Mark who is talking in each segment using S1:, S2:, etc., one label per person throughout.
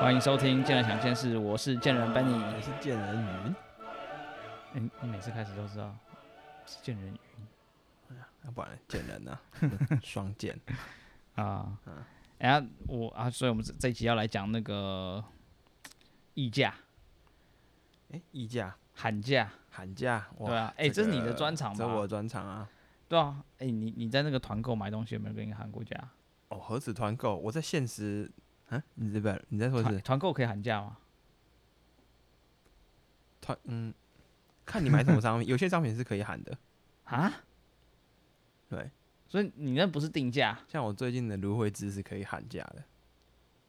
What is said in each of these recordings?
S1: 欢迎收听《见人想见事》，我是见人班尼。
S2: 我是贱人鱼，
S1: 哎、你每次开始都知道是见人
S2: 要啊不然贱人 呢、双贱，
S1: 啊。
S2: 嗯
S1: 哎呀、我啊，所以我们这这一集要来讲那个溢价、
S2: 哎，议价、
S1: 喊价，
S2: 喊价，哇
S1: 对啊哎这是你的
S2: 个
S1: 专长
S2: 这
S1: 吧
S2: 我的专长啊。
S1: 对啊。哎、你你在那个团购买东西有没有跟人家喊过价？
S2: 哦，何止团购，我在现实，啊，你这边你在说
S1: 嗯团
S2: 是
S1: 团购可以喊价吗？
S2: 团，嗯，看你买什么商品，有 些商品是可以喊的，
S1: 啊？
S2: 对，
S1: 所以你那不是定价
S2: 像我最近的芦荟汁是可以喊价的，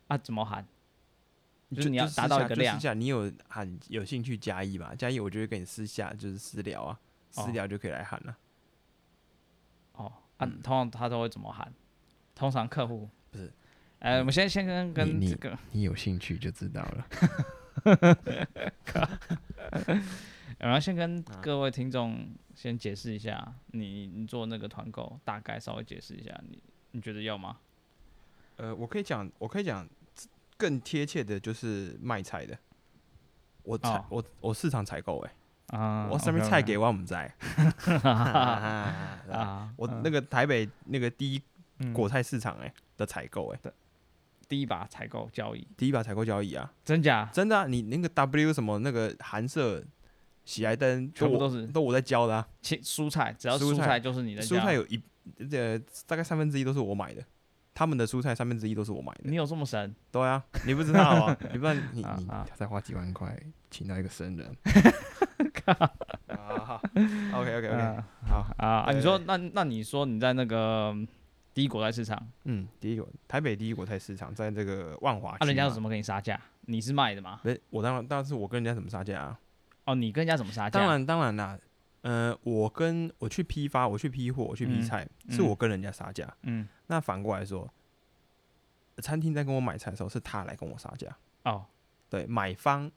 S1: 啊？怎么喊？就是
S2: 就
S1: 你要
S2: 私
S1: 达到一
S2: 下
S1: 个
S2: 就私
S1: 量
S2: 下你有喊有兴趣加一嘛？加一我就会跟你私下就是私聊啊，私
S1: 哦
S2: 聊就可以来喊了、
S1: 哦啊，通常他都会怎么喊？通常客户
S2: 嗯不是。
S1: 呃，我们先先跟跟
S2: 你
S1: 这个，
S2: 你有兴趣就知道了。
S1: 然后先跟
S2: 啊
S1: 各位听众先解释一下，你你做那个团购，大概稍微解释一下，你你觉得要吗？
S2: 呃，我可以讲，我可以讲更贴切的就是卖菜的。我采、
S1: 哦
S2: 我我市场采购哎，
S1: 啊
S2: 我上面菜给我 们在。
S1: 啊，
S2: 我那个台北那个第一
S1: 嗯
S2: 果菜市场哎、的采购哎，
S1: 第一把采购交易，
S2: 第一把采购交易啊，
S1: 真假？
S2: 真的啊，你那个 W 什么那个韩舍、喜来登，
S1: 全部
S2: 我
S1: 都是
S2: 都我在教的啊，
S1: 切蔬菜，只要
S2: 蔬
S1: 蔬
S2: 菜
S1: 菜就是你的
S2: 蔬
S1: 家
S2: 菜有一呃大概三分之一都是我买的，他们的蔬菜三分之一都是我买的
S1: 你。有这么神？
S2: 对啊，你不知道 啊，你不知道你
S1: 啊啊
S2: 再花几万块请到一个生人，啊，OK OK OK，
S1: 嗯
S2: 好，
S1: 啊啊！
S2: 对
S1: 你说那那你说你在那个嗯第一果菜市场，
S2: 嗯，第一个台北第一国菜市场在这个万华
S1: 那
S2: 区嘛，
S1: 啊人家怎么给你杀价？你是卖的吗？
S2: 不是我当然，当然是我跟人家怎么杀价啊？
S1: 哦，你跟人家怎么杀价？
S2: 当然当然啦，呃，我跟我去批发，我去批货，我去批
S1: 嗯
S2: 菜，是
S1: 嗯
S2: 我跟人家杀价。
S1: 嗯，
S2: 那反过来说，餐厅在跟我买菜的时候，是他来跟我杀价。
S1: 哦，
S2: 对，买方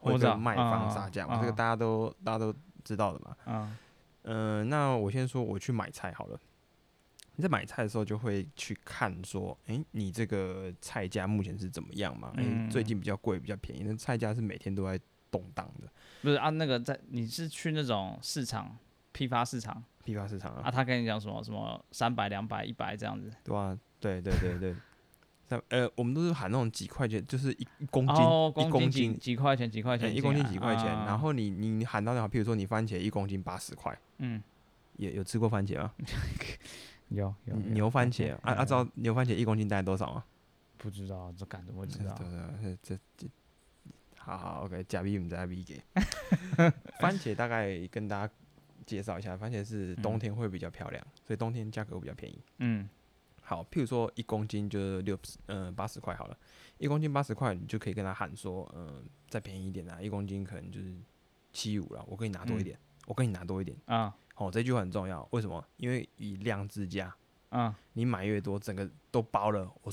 S1: 我
S2: 会
S1: 知道
S2: 跟卖方
S1: 啊
S2: 杀价
S1: 啊
S2: 嘛，这个大家都大家都知道的嘛。
S1: 嗯
S2: 嗯、那我先说我去买菜好了。你在买菜的时候就会去看说，诶，你这个菜价目前是怎么样嘛？诶，
S1: 嗯
S2: 最近比较贵，比较便宜，那菜价是每天都在动荡的
S1: 不是啊，那个在你是去那种市场批发市场
S2: 批发市场啊，
S1: 啊，他跟你讲什么什么三百、两百、一百这样子，
S2: 对吧、对对对对。那呃，我们都是喊那种几块钱，就是一一公斤，
S1: 哦，
S2: 一
S1: 公
S2: 公
S1: 几
S2: 斤，
S1: 几块钱，几块
S2: 诶
S1: 钱进来，
S2: 一公斤几块钱。
S1: 啊
S2: 然后你你你喊到那好，譬如说你番茄一公斤八十块，
S1: 嗯，
S2: 也有吃过番茄吗？
S1: 有有
S2: 牛番茄啊，啊，知道牛番茄一公斤大概多少吗？
S1: 不知道这感觉我知
S2: 对
S1: 道
S2: 对对，这这这，好好 OK，假币我们再 币给。番茄大概跟大家介绍一下，番茄是冬
S1: 嗯
S2: 天会比较漂亮，所以冬天价格会比较便宜。
S1: 嗯
S2: 好，譬如说一公斤就是六十，呃，八十块好了，一公斤八十块，你就可以跟他喊说，嗯、再便宜一点啊，一公斤可能就是七五了，我跟你拿多一
S1: 嗯
S2: 点，我跟你拿多一点。
S1: 啊
S2: 哦，这句话很重要，为什么？因为以量制价，
S1: 啊
S2: 你买越多，整个都包了，我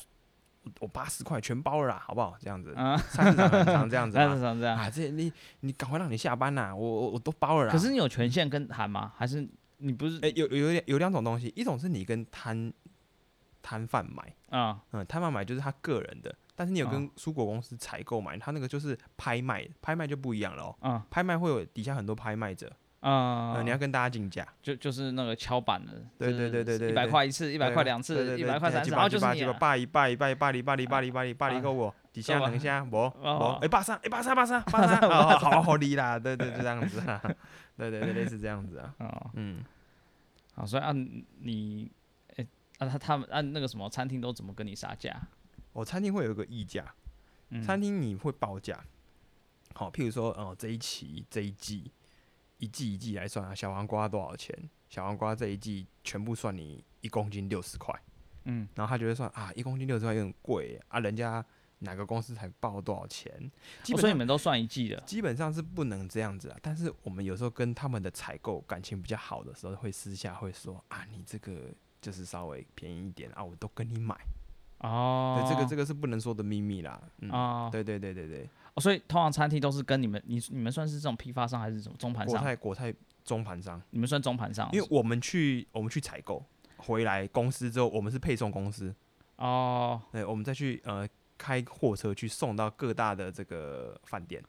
S2: 我八十块全包了啦，好不好？这样子，
S1: 啊，
S2: 菜市场很常这样子
S1: 那是
S2: 嘛。
S1: 长这样。
S2: 啊，这你你赶快让你下班啦、我我我都包了啦。
S1: 可是，你有权限跟喊吗？还是你不是
S2: 哎、有有有有两种东西，一种是你跟摊摊贩买，
S1: 啊
S2: 嗯，摊贩买就是他个人的，但是你有
S1: 哦
S2: 跟蔬果公司采购买，他那个就是拍卖，拍卖就不一样了哦。
S1: 啊
S2: 拍卖会有底下很多拍卖者，
S1: 啊
S2: 呃，？你要跟大家竞价，
S1: 就就是那个敲板的，
S2: 对对对对对
S1: 一
S2: 对
S1: 百块一次，一
S2: 一
S1: 百块两次，一百块三次，然后就是你啊
S2: 八一八一八一八一八一八一八一八一个我底下等一下，我我哎八三哎八三八三八三，好好好你啦，对对，就这样子啊，对对对，类似这样子啊，
S1: 哦
S2: 嗯。
S1: 好，啊所以按、你，诶，啊他他们按、那个什么餐厅都怎么跟你杀价？
S2: 哦，餐厅会有一个议价，
S1: 嗯
S2: 餐厅你会报价。好、譬如说，哦、这一期这一季，一季一季来算啊，小黄瓜多少钱？小黄瓜这一季全部算你一公斤六十块，
S1: 嗯
S2: 然后他就会算啊，一公斤六十块有点贵耶啊，人家哪个公司才报多少钱？基
S1: 哦
S2: 本
S1: 所以
S2: 上、
S1: 你们都算一季的
S2: 基本上是不能这样子啊。但是我们有时候跟他们的采购感情比较好的时候，会私下会说啊，你这个就是稍微便宜一点啊，我都跟你买。
S1: 哦
S2: 对，这个这
S1: 个
S2: 个是不能说的秘密啦。嗯，
S1: 哦
S2: 对对对对对，
S1: 哦所以通常餐厅都是跟你们，你你们算是这种批发商还是什么中盘
S2: 国
S1: 商？哦
S2: 泰国泰中盘商，
S1: 你们算中盘商是啊
S2: 因
S1: 不
S2: 为
S1: 是？
S2: 我们去我们去采购回来公司之后，我们是配送公司，
S1: 哦
S2: 对，我们再去呃开货车去送到各大的这个饭店。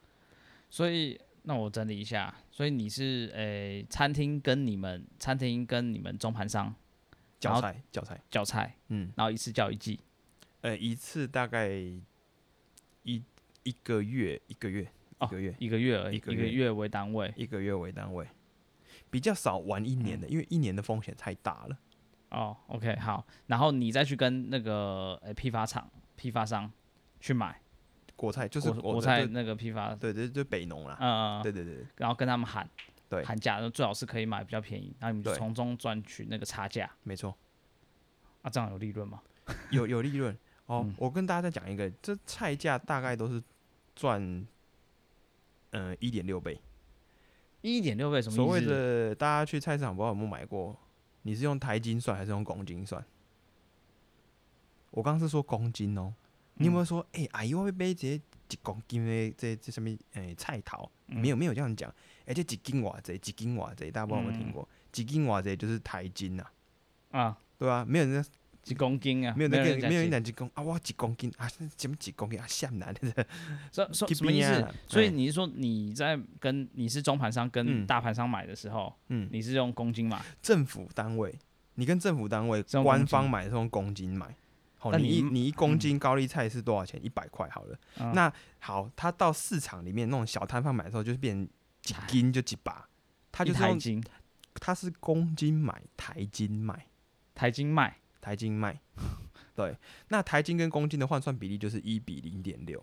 S1: 所以那我整理一下，所以你是诶、餐厅跟你们餐厅跟你们中盘商然
S2: 教
S1: 后
S2: 材，教材，
S1: 叫菜，
S2: 嗯，
S1: 然后一次叫一季，
S2: 呃，一次大概一一个月，一个月，一
S1: 哦
S2: 个月，
S1: 一个月而已，
S2: 一
S1: 一
S2: 个
S1: 个
S2: 月
S1: 月为单位
S2: 一个月为单位，比较少玩一年
S1: 嗯
S2: 的，因为一年的风险太大了。
S1: 哦。OK，好，然后你再去跟那个诶、批发厂、批发商去买，
S2: 国菜就是
S1: 我
S2: 我
S1: 我在那个批发，
S2: 对对对北农啦，
S1: 呃，
S2: 对对对，
S1: 然后跟他们喊，
S2: 对
S1: 喊价，最好是可以买比较便宜，然后你们就
S2: 对
S1: 从中赚取那个差价，
S2: 没错，
S1: 啊，这样有利润吗？
S2: 有有利润哦。
S1: 嗯
S2: 我跟大家再讲一个，这菜价大概都是赚嗯一点六倍。
S1: 一点六倍什么意思？
S2: 所谓的大家去菜市场，不知道有没有买过？你是用台斤算还是用公斤算？我刚刚是说公斤哦，你有没有
S1: 嗯
S2: 说？哎、阿姨，我要买这一公斤的这这什么？哎、菜头
S1: 嗯
S2: 没有没有这样讲，而、且一斤偌济，一斤偌济，大家不知道有没有
S1: 嗯
S2: 听过？一斤偌济就是台斤呐、啊，
S1: 啊，
S2: 对啊，没有人在
S1: 几公斤啊？
S2: 没有那
S1: 人嗯
S2: 个
S1: 讲
S2: 没有
S1: 几
S2: 人讲一公啊，我一公斤啊，什么一公斤啊，像男的，
S1: 什什
S2: 去
S1: 什么意
S2: 边啊
S1: 思
S2: 啦？
S1: 所以
S2: 哎
S1: 你是说你在跟你是中盘商跟
S2: 嗯
S1: 大盘商买的时候，
S2: 嗯，
S1: 你是用公斤买，
S2: 政府单位，你跟政府单位
S1: 是用
S2: 官
S1: 公斤
S2: 方买是用公斤买。好，
S1: 那
S2: 你
S1: 你
S2: 一你一公斤高丽菜是多少钱？一百块好了。
S1: 嗯
S2: 那好，他到市场里面那种小摊贩买的时候，就是变成几斤就几把，他
S1: 一
S2: 就是
S1: 台
S2: 用
S1: 斤，
S2: 他是公斤买，台斤卖，
S1: 台斤卖
S2: 台 斤卖。对，那台斤跟公斤的换算比例就是一比零点六，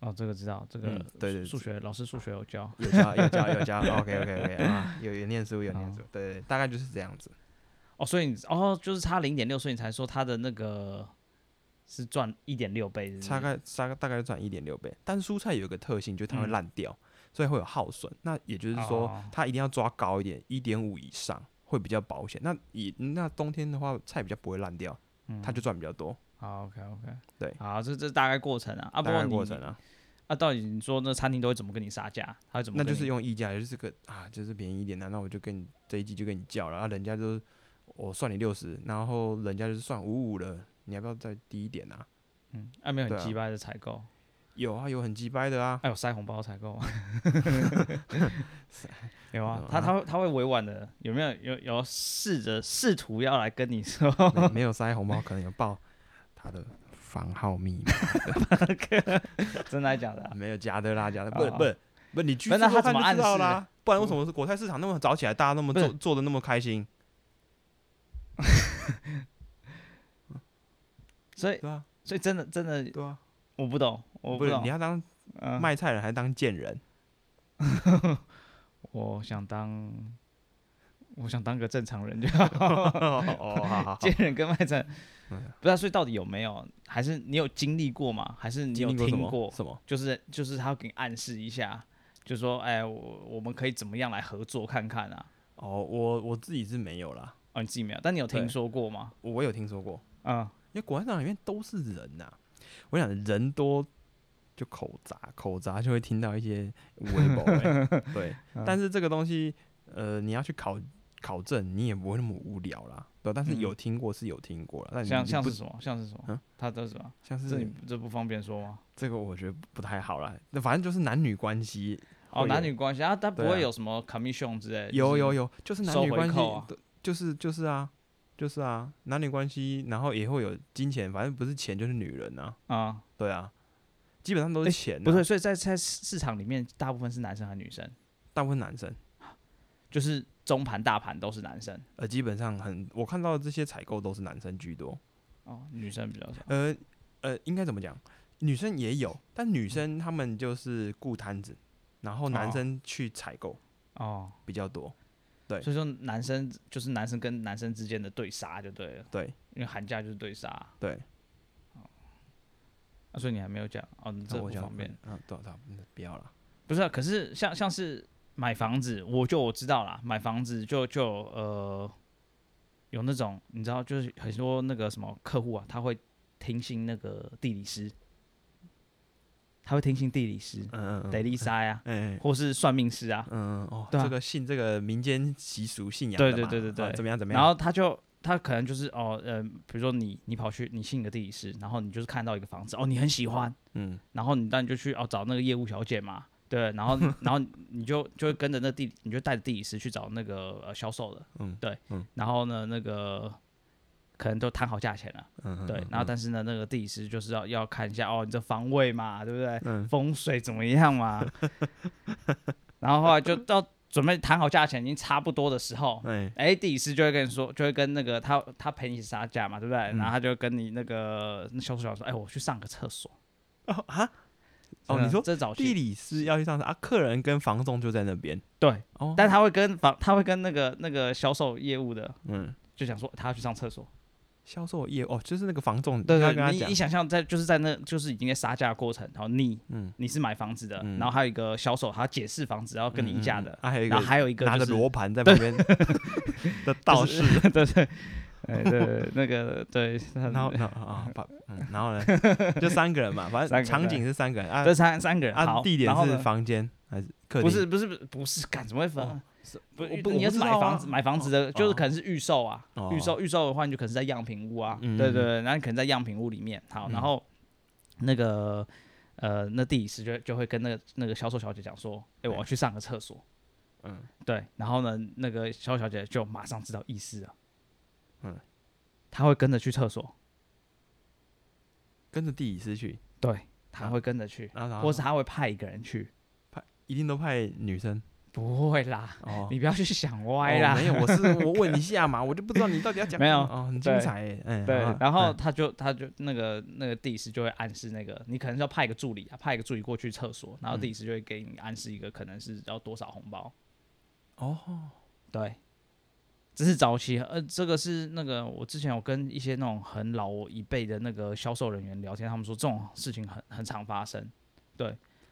S1: 哦，这个知道，这个
S2: 嗯对对
S1: 数学老师数学有教。
S2: 有加有加 有加，OK OK OK 啊，有有念书有念书，对对，对大概就是这样子。
S1: 哦，所以你哦，就是差零点六，所以你才说它的那个是赚一点六倍，是不是
S2: 大概大概大概赚一点六倍。但蔬菜有一个特性，就是它会
S1: 嗯
S2: 烂掉，所以会有耗损。那也就是说
S1: 哦，
S2: 它一定要抓高一点，一点五以上会比较保险。那以那冬天的话，菜比较不会烂掉，
S1: 嗯
S2: 它就赚比较多。
S1: 好，OK OK，
S2: 对
S1: 好，这这大概过程啊，啊，不
S2: 大
S1: 过
S2: 概
S1: 你
S2: 过程啊，
S1: 啊，到底你说那餐厅都会怎么跟你杀价？他会怎么
S2: 那
S1: 跟你？
S2: 就是用溢价，就是个啊，就是便宜一点的、那我就跟你这一季就跟你叫了，啊，人家就我算你六十，然后人家就是算五五了，你要不要再低一点啊？
S1: 嗯，啊，没有很
S2: 对啊
S1: 鸡巴的采购，
S2: 有啊，有很鸡掰的啊，
S1: 哎，有塞红包采购 吗？有啊，他他会他会委婉的，有没有有有试着试图要来跟你 说？
S2: 没没有塞红包，可能有报他的房号密码。
S1: 真的还假的啊、
S2: 没有假的啦，假的，
S1: 哦
S2: 不是不是啊不是，你去
S1: 不
S2: 吃
S1: 是那
S2: 过
S1: 他
S2: 饭
S1: 怎么
S2: 就知道
S1: 暗示
S2: 啦，不然为什么是国菜市场那么早起来，大家那么做
S1: 不
S2: 做的那么开心，
S1: 所以
S2: 对啊
S1: 所以真的真的
S2: 对啊，
S1: 我不懂，我
S2: 不是
S1: 懂
S2: 你。要当
S1: 嗯
S2: 卖菜人还是当贱 人？
S1: 我想当，我想当个正常人就好。
S2: 哦哦，好好好，
S1: 贱人跟卖 菜
S2: 嗯，
S1: 不知道、所以到底有没有？还是你有经历过吗？还是你有
S2: 经历过什
S1: 听
S2: 么？什么？
S1: 就是就是他会给你暗示一下，就说哎，我我们可以怎么样来合作看看啊？
S2: 哦，我我自己是没有啦，
S1: 哦，你自己没有，但你有
S2: 对
S1: 听说过吗？
S2: 我有听说过，
S1: 嗯，
S2: 因为国菜市场里面都是人呐、我想人多就口杂，口杂就会听到一些微博、 欸，对。
S1: 嗯
S2: 但是这个东西，呃，你要去考考证，你也不会那么无聊啦，对。啊但是有听过是有听过啦，但
S1: 嗯
S2: 你
S1: 像
S2: 你
S1: 像
S2: 不
S1: 是什么？像是什么
S2: 啊？
S1: 他都是什么？
S2: 像
S1: 这
S2: 是
S1: 你这不方便说吗？
S2: 这个，我觉得不太好啦。那反正就是男女关系，
S1: 哦，
S2: 会
S1: 男
S2: 有
S1: 女关系啊，他不
S2: 对啊
S1: 会有什么 commission 之类的。
S2: 有有
S1: 有，
S2: 有，就是男
S1: 收
S2: 女
S1: 回
S2: 关系
S1: 扣啊
S2: 都，就是就是啊，就是啊，男女关系，然后也会有金钱，反正不是钱就是女人啊，
S1: 啊，
S2: 对啊，基本上都是
S1: 诶
S2: 钱、啊
S1: 不是，，所以在在市场里面，大部分是男生和女生，
S2: 大部分男生。
S1: 就是中盘大盘都是男生，
S2: 呃，基本上很，我看到的这些采购都是男生居多。
S1: 哦，女生比较少。
S2: 呃呃，应该怎么讲？女生也有，但女生她们就是顾摊子，然后男
S1: 哦
S2: 生去采购
S1: 哦，
S2: 比较多。对
S1: 所以说男生就是男生跟男生之间的对杀就对了，
S2: 对
S1: 因为寒假就是对杀。啊，
S2: 对，
S1: 所以你还没有讲哦，你这
S2: 那
S1: 不
S2: 我想
S1: 方便。
S2: 啊，对啊对啊，嗯不要了。
S1: 不是啊、可是像像是买房子，我就我知道啦，买房子就就呃有那种你知道，就是很多那个什么客户啊，他会听信那个地理师，他会听信地理师、
S2: 嗯嗯
S1: 地理师啊，
S2: 嗯
S1: 或是算命师啊，
S2: 嗯哦，
S1: 对啊
S2: 这个信这个民间习俗信仰的
S1: 对
S2: 嘛，
S1: 对对对
S2: 啊
S1: 对
S2: 怎么样怎么样？
S1: 然后他就他可能就是哦，呃，比如说你你跑去你信个地理师，然后你就是看到一个房子，哦，你很喜欢，
S2: 嗯，
S1: 然后你当然就去哦找那个业务小姐嘛，对，然 后然后你就就会跟着那地，你就带着地理师去找那个呃销售的，
S2: 嗯，
S1: 对，
S2: 嗯
S1: 然后呢那个可能都谈好价钱了，
S2: 嗯
S1: 对，然后但是呢那个地理师就是要要看一下哦你这方位嘛，对不对？
S2: 嗯
S1: 风水怎么样 嘛，然后后来就到准备谈好价钱已经差不多的时候，
S2: 哎，
S1: 哎，地理师就会跟你说，就会跟那个他他陪你一起杀价嘛，对不对？
S2: 嗯
S1: 然后他就跟你那个那销售小姐说，哎，我去上个厕所。
S2: 哦啊，哦，
S1: 真的
S2: 你说
S1: 这早
S2: 地
S1: 期
S2: 理师要去上啊，客人跟房东就在那边
S1: 对，
S2: 哦，
S1: 但他会跟房他会跟那个那个销售业务的
S2: 嗯，
S1: 就讲说他要去上厕所。
S2: 销售业哦，就是那个房仲，
S1: 对
S2: 你要
S1: 对，
S2: 跟他
S1: 你
S2: 讲
S1: 你，想象在就是在那就是已经在杀价的过程，然后你
S2: 嗯，
S1: 你是买房子的，然
S2: 嗯
S1: 后还有一个销售，他解释房子要跟你议价
S2: 嗯
S1: 的
S2: 嗯，啊，还有一
S1: 然后
S2: 个
S1: 还有一个
S2: 拿
S1: 就
S2: 着
S1: 是
S2: 罗盘在 旁边的道士，
S1: 对对对，哎 对那个对，然
S2: 然后然后啊，把嗯然后呢，就三个人嘛，反
S1: 三个
S2: 正场景是三个人啊
S1: 这三三个人，
S2: 啊，
S1: 好，
S2: 地点
S1: 然后
S2: 是
S1: 呢
S2: 房间还是客厅？
S1: 不是不是不是不是，干怎么会分啊？不
S2: 哦我
S1: 是
S2: 不
S1: 你
S2: 我
S1: 要
S2: 不
S1: 是
S2: 知
S1: 买
S2: 道
S1: 房
S2: 啊
S1: 子，买房子的，就是
S2: 哦
S1: 可能是预售啊，预
S2: 哦
S1: 售预售的话，你就可能是在样品屋啊，
S2: 嗯
S1: 对对对，然后你可能在样品屋里面，好，然
S2: 嗯
S1: 后那个呃，那地理师就就会跟那个那个销售小姐讲说，哎，我要去上个厕所，
S2: 嗯，
S1: 对，然后呢，那个销售小姐就马上知道意思了，
S2: 嗯，
S1: 她会跟着去厕所，
S2: 跟着地理师去，
S1: 对，她
S2: 啊
S1: 会跟着去，
S2: 然后然后
S1: 或是她会派一个人去，
S2: 一定都派 女生
S1: 不会啦，
S2: 哦。
S1: 你不要去想歪
S2: 哦
S1: 啦，
S2: 没有， 我是我问一下嘛，我就不知道你到底要讲
S1: 没有
S2: 什么哦，很精
S1: 对
S2: 彩耶，嗯，
S1: 对
S2: 好啊，
S1: 然后
S2: 嗯
S1: 他就他就那个那个地理师就会暗示那个，你可能是要派一个助理啊，派一个助理过去厕所，
S2: 嗯
S1: 然后地理师就会给你暗示一个可能是要多少红包。
S2: 哦，
S1: 对，这是早期，呃，这个是那个我之前有跟一些那种很老我一辈的那个销售人员聊天，他们说这种事情很很常发生，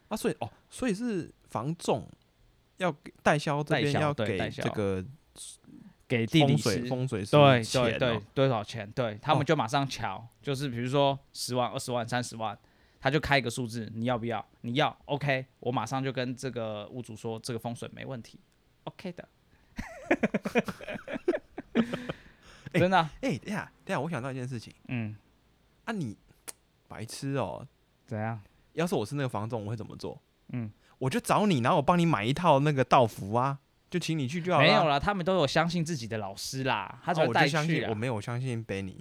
S2: 啊，所以哦，所以是房仲要给代销这
S1: 代
S2: 边
S1: 销
S2: 要
S1: 对
S2: 给
S1: 代销
S2: 这个
S1: 给地理
S2: 风
S1: 师
S2: 水。风水师
S1: 对
S2: 钱
S1: 对对
S2: 哦，，
S1: 多少钱？对他
S2: 哦
S1: 们就马上瞧，就是比如说十万、二十万、三十万，他就开一个数字，你要不要？你要，OK，我马上就跟这个屋主说，这个风水没问题，OK 的。 真的啊、
S2: 哎，等一下等一下，我想到一件事情
S1: 嗯，
S2: 啊，你白痴哦，
S1: 怎样？
S2: 要是我是那个房仲，我会怎么做？
S1: 嗯，
S2: 我就找你，然后我帮你买一套那个道服啊，就请你去就好了。
S1: 没有啦，他们都有相信自己的老师啦，他
S2: 啊，
S1: 才
S2: 我
S1: 会
S2: 就
S1: 带
S2: 相
S1: 去
S2: 信，
S1: 啊
S2: 我。没有相信 Benny，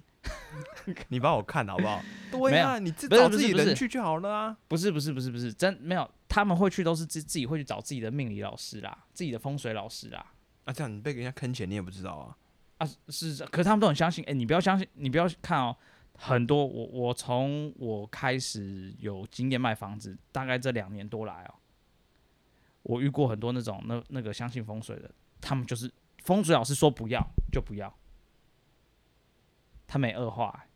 S2: 你帮我看好不好？对
S1: 没
S2: 啊，
S1: 有
S2: 你自
S1: 不是
S2: 找
S1: 不
S2: 自
S1: 是
S2: 己
S1: 不是
S2: 人去就好了啊。
S1: 不是不是不是不是，真没有，他们会去都是自自己会去找自己的命理老师啦，自己的风水老师啦。
S2: 啊，这样你被人家坑钱，你也不知道啊。
S1: 啊，是，是可是他们都很相信。哎、你不要相信，你不要看哦。很多我我从我开始有经验卖房子，大概这两年多来哦，我遇过很多那种那那个相信风水的，他们就是风水老师说不要就不要，他没二话、欸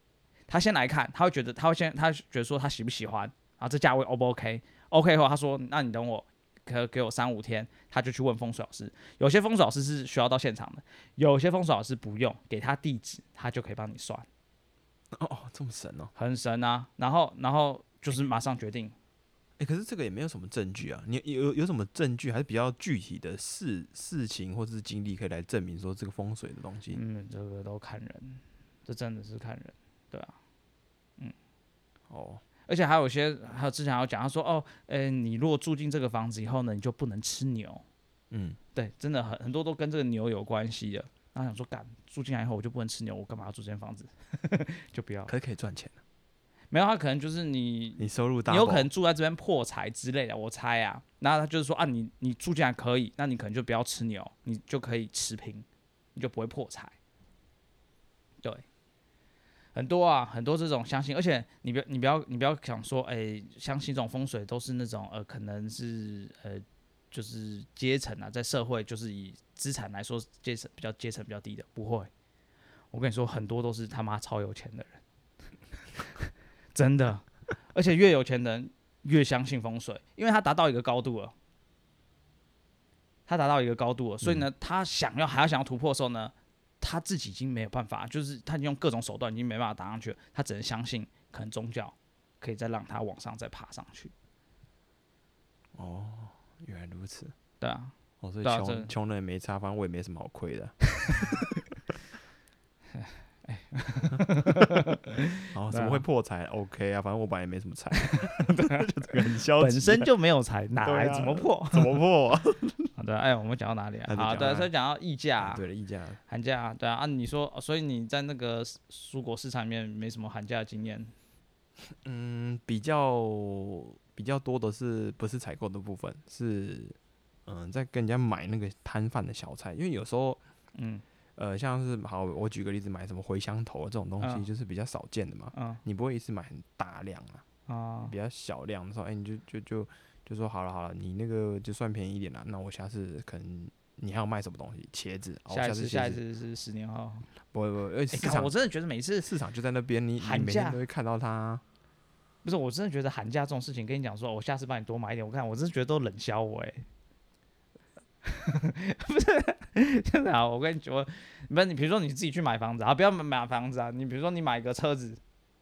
S1: 他先来看，他会觉得他会先他觉得说他喜不喜欢，然后这价位 O 不 OK？OK 后他说那你等我，可给我三五天，他就去问风水老师。有些风水老师是需要到现场的，有些风水老师不用，给他地址，他就可以帮你算，
S2: 哦哦，这么神哦。
S1: 很神啊。然后，然后就是马上决定，
S2: 哎、可是这个也没有什么证据啊。你有有有什么证据，还是比较具体的事事情或者是经历，可以来证明说这个风水的东西？
S1: 嗯，这个都看人，这真的是看人，对啊。
S2: 哦，
S1: 而且还有些，还有之前还有讲，他说哦，呃，你如果住进这个房子以后呢，你就不能吃牛，
S2: 嗯，
S1: 对，真的很很多都跟这个牛有关系的。然后想说，干住进来以后我就不能吃牛，我干嘛要住这间房子？ 就不要了。
S2: 可是可以赚钱啊
S1: 没有，他可能就是你
S2: 你收入大，
S1: 你有可能住在这边破财之类的，我猜啊。然后他就是说啊，你你住进来可以，那你可能就不要吃牛，你就可以持平，你就不会破财。对，很多啊，很多这种相信，而且你不要你不要你不要想说，哎、相信这种风水都是那种呃，可能是呃，就是阶层啊，在社会就是以资产来说，阶层比较阶层比较低的，不会。我跟你说，很多都是他妈超有钱的人， 真的。而且越有钱的人越相信风水，因为他达到一个高度了，他达到一个高度了，所以
S2: 嗯
S1: 呢，他想要还要想要突破的时候呢，他自己已经没有办法，就是他已经用各种手段已经没办法打上去了，他只能相信可能宗教可以再让他往上再爬上去，
S2: 哦，原来如此。
S1: 对啊，
S2: 哦，所以
S1: 对啊这
S2: 穷穷、人也没差，反正我也没什么好亏的。 哦，
S1: 哎对
S2: 怎么
S1: 啊
S2: 会破财？OK 啊，反正我本来也没什么 财， 就这个很消极啊，
S1: 本身就没有财，哪
S2: 对
S1: 来
S2: 啊
S1: 怎么破？
S2: 怎么破啊？
S1: 好的，哎，我们讲到哪里
S2: 啊
S1: 啊？好，
S2: 对讲
S1: 对，
S2: 到啊
S1: 所以讲到溢价、
S2: 对了，溢价
S1: 寒假啊，对啊，啊，你说，所以你在那个蔬蔬果市场里面没什么寒假的经验，
S2: 嗯，比较比较多的是不是采购的部分，是嗯，在跟人家买那个摊贩的小菜，因为有时候
S1: 嗯
S2: 呃，像是好，我举个例子，买什么茴香头这种东西，
S1: 嗯
S2: 就是比较少见的嘛，
S1: 嗯
S2: 你不会一次买很大量啊，
S1: 啊，
S2: 比较小量的时候，哎、你就就就就说好了好了，你那个就算便宜一点啦，那我下次可能。你还要卖什么东西？茄子，哦、
S1: 下一
S2: 次
S1: 次
S2: 茄
S1: 下一
S2: 子
S1: 次是十年后，
S2: 不会不会，因为
S1: 哎
S2: 市
S1: 干
S2: 场、
S1: 我真的觉得每次
S2: 市场就在那边，你你
S1: 寒
S2: 每天
S1: 假
S2: 都会看到 它啊。
S1: 不是，我真的觉得寒假这种事情，跟你讲说，哦我下次帮你多买一点，我看我真的觉得都冷销我哎、 不是， 真的啊！我跟你说，不是你，比如说你自己去买房子啊，不要买买房子啊，你比如说你买个车子，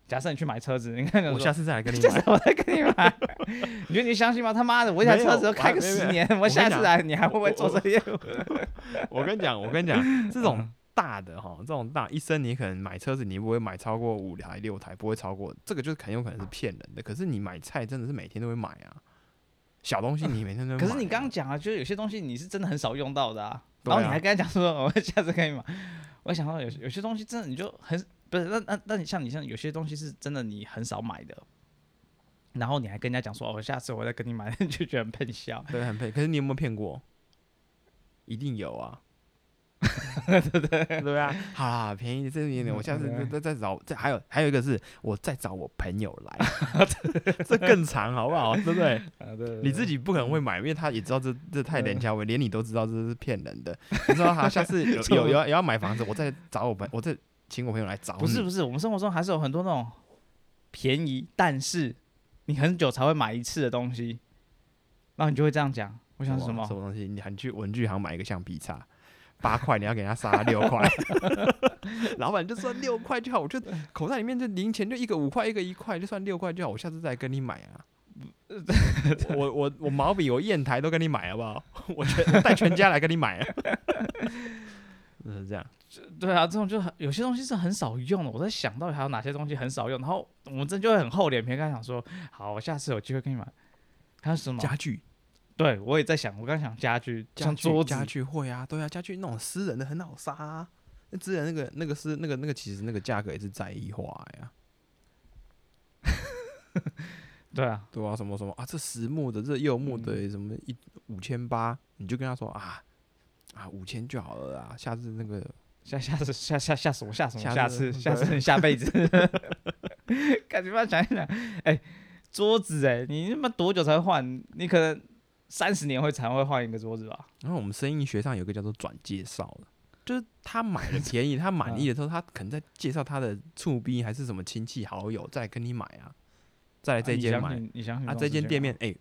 S1: 假设你去买车子，你看
S2: 我下次再来跟你
S1: 这
S2: 买
S1: 是。我在跟你买， 你觉得你相信吗？他妈的，我一台
S2: 没
S1: 车
S2: 有
S1: 子都开个
S2: 我还没
S1: 十
S2: 没
S1: 年，我
S2: 跟
S1: 下
S2: 你
S1: 次
S2: 讲
S1: 来你还会不会
S2: 我
S1: 做
S2: 我
S1: 这业务？
S2: 我跟你讲，我跟你讲， 这种大的哈，这种大一生你可能买车子，你不会买超过五台六台，不会超过这个，就是很有可能是骗人的。可是你买菜真的是每天都会买啊，小东西你每天都会买
S1: 可
S2: 啊、
S1: 是你刚刚讲啊，就是有些东西你是真的很少用到的啊，
S2: 对
S1: 然
S2: 啊
S1: 后你还跟他讲说，我 下次可以买。我想到有有些东西真的你就很不是，那那那你像你像有些东西是真的你很少买的，然后你还跟人家讲说，哦我下次我再跟你买， 就觉得很喷笑。
S2: 对很配，可是你有没有骗过？一定有啊。 对嗯对对啊，好啦，便宜这一点点，我下次再再再找，再还有还有一个是我再找我朋友来， 这更长好不好？对不对？
S1: 啊，对
S2: 你自己不可能会买，因为他也知道这这太廉价，我连你都知道这是骗人的。你说好，下次 有有有要有要买房子，我再找我朋，我再请我朋友来找你。
S1: 不是不是，我们生活中还是有很多那种便宜，但是你很久才会买一次的东西，然后你就会这样讲。我想是什么
S2: 什？么东西？你还去文具行买一个橡皮擦，八块，你要给 他杀六块，老板就算六块就好，我就口袋里面就零钱就一个五块，一个一块，就算六块就好，我下次再来跟你买啊。我我我我毛笔我砚台都跟你买好不好？ 我全我带全家来跟你买、 啊，是这样。
S1: 对啊，这种就很有些东西是很少用的。我在想到底还有哪些东西很少用，然后我们真就会很厚脸皮，跟他讲说：“好，我下次有机会跟你买。”还有什么？
S2: 家具，对
S1: 对，我也在想，我刚想家具，
S2: 家
S1: 像
S2: 具
S1: 桌
S2: 家
S1: 子，
S2: 具会啊，对啊，家具那种私人的很好杀、啊，那私人那个那个私那个那个其实那个价格也是在意化呀、
S1: 对啊，
S2: 对啊，什么什么啊，这实木的，这柚木
S1: 嗯
S2: 的，什么一五千八，你就跟他说啊啊五千就好了啊，下次那个
S1: 下下次下下下什么下什么
S2: 下
S1: 下次
S2: 次
S1: 下
S2: 对
S1: 次下辈子， 感觉他想一想，哎、桌子哎、你他妈多久才会换？你可能三十年会才会换一个桌子吧？
S2: 然后我们生意学上有个叫做转介绍的，就是他买了便宜，他满意的时候，他可能再介绍他的厝逼还是什么亲戚好友再来跟你买啊，再来这
S1: 你
S2: 间
S1: 相
S2: 买
S1: 信你相信
S2: 啊，
S1: 种
S2: 这
S1: 事
S2: 间
S1: 情
S2: 店
S1: 吗
S2: 面哎、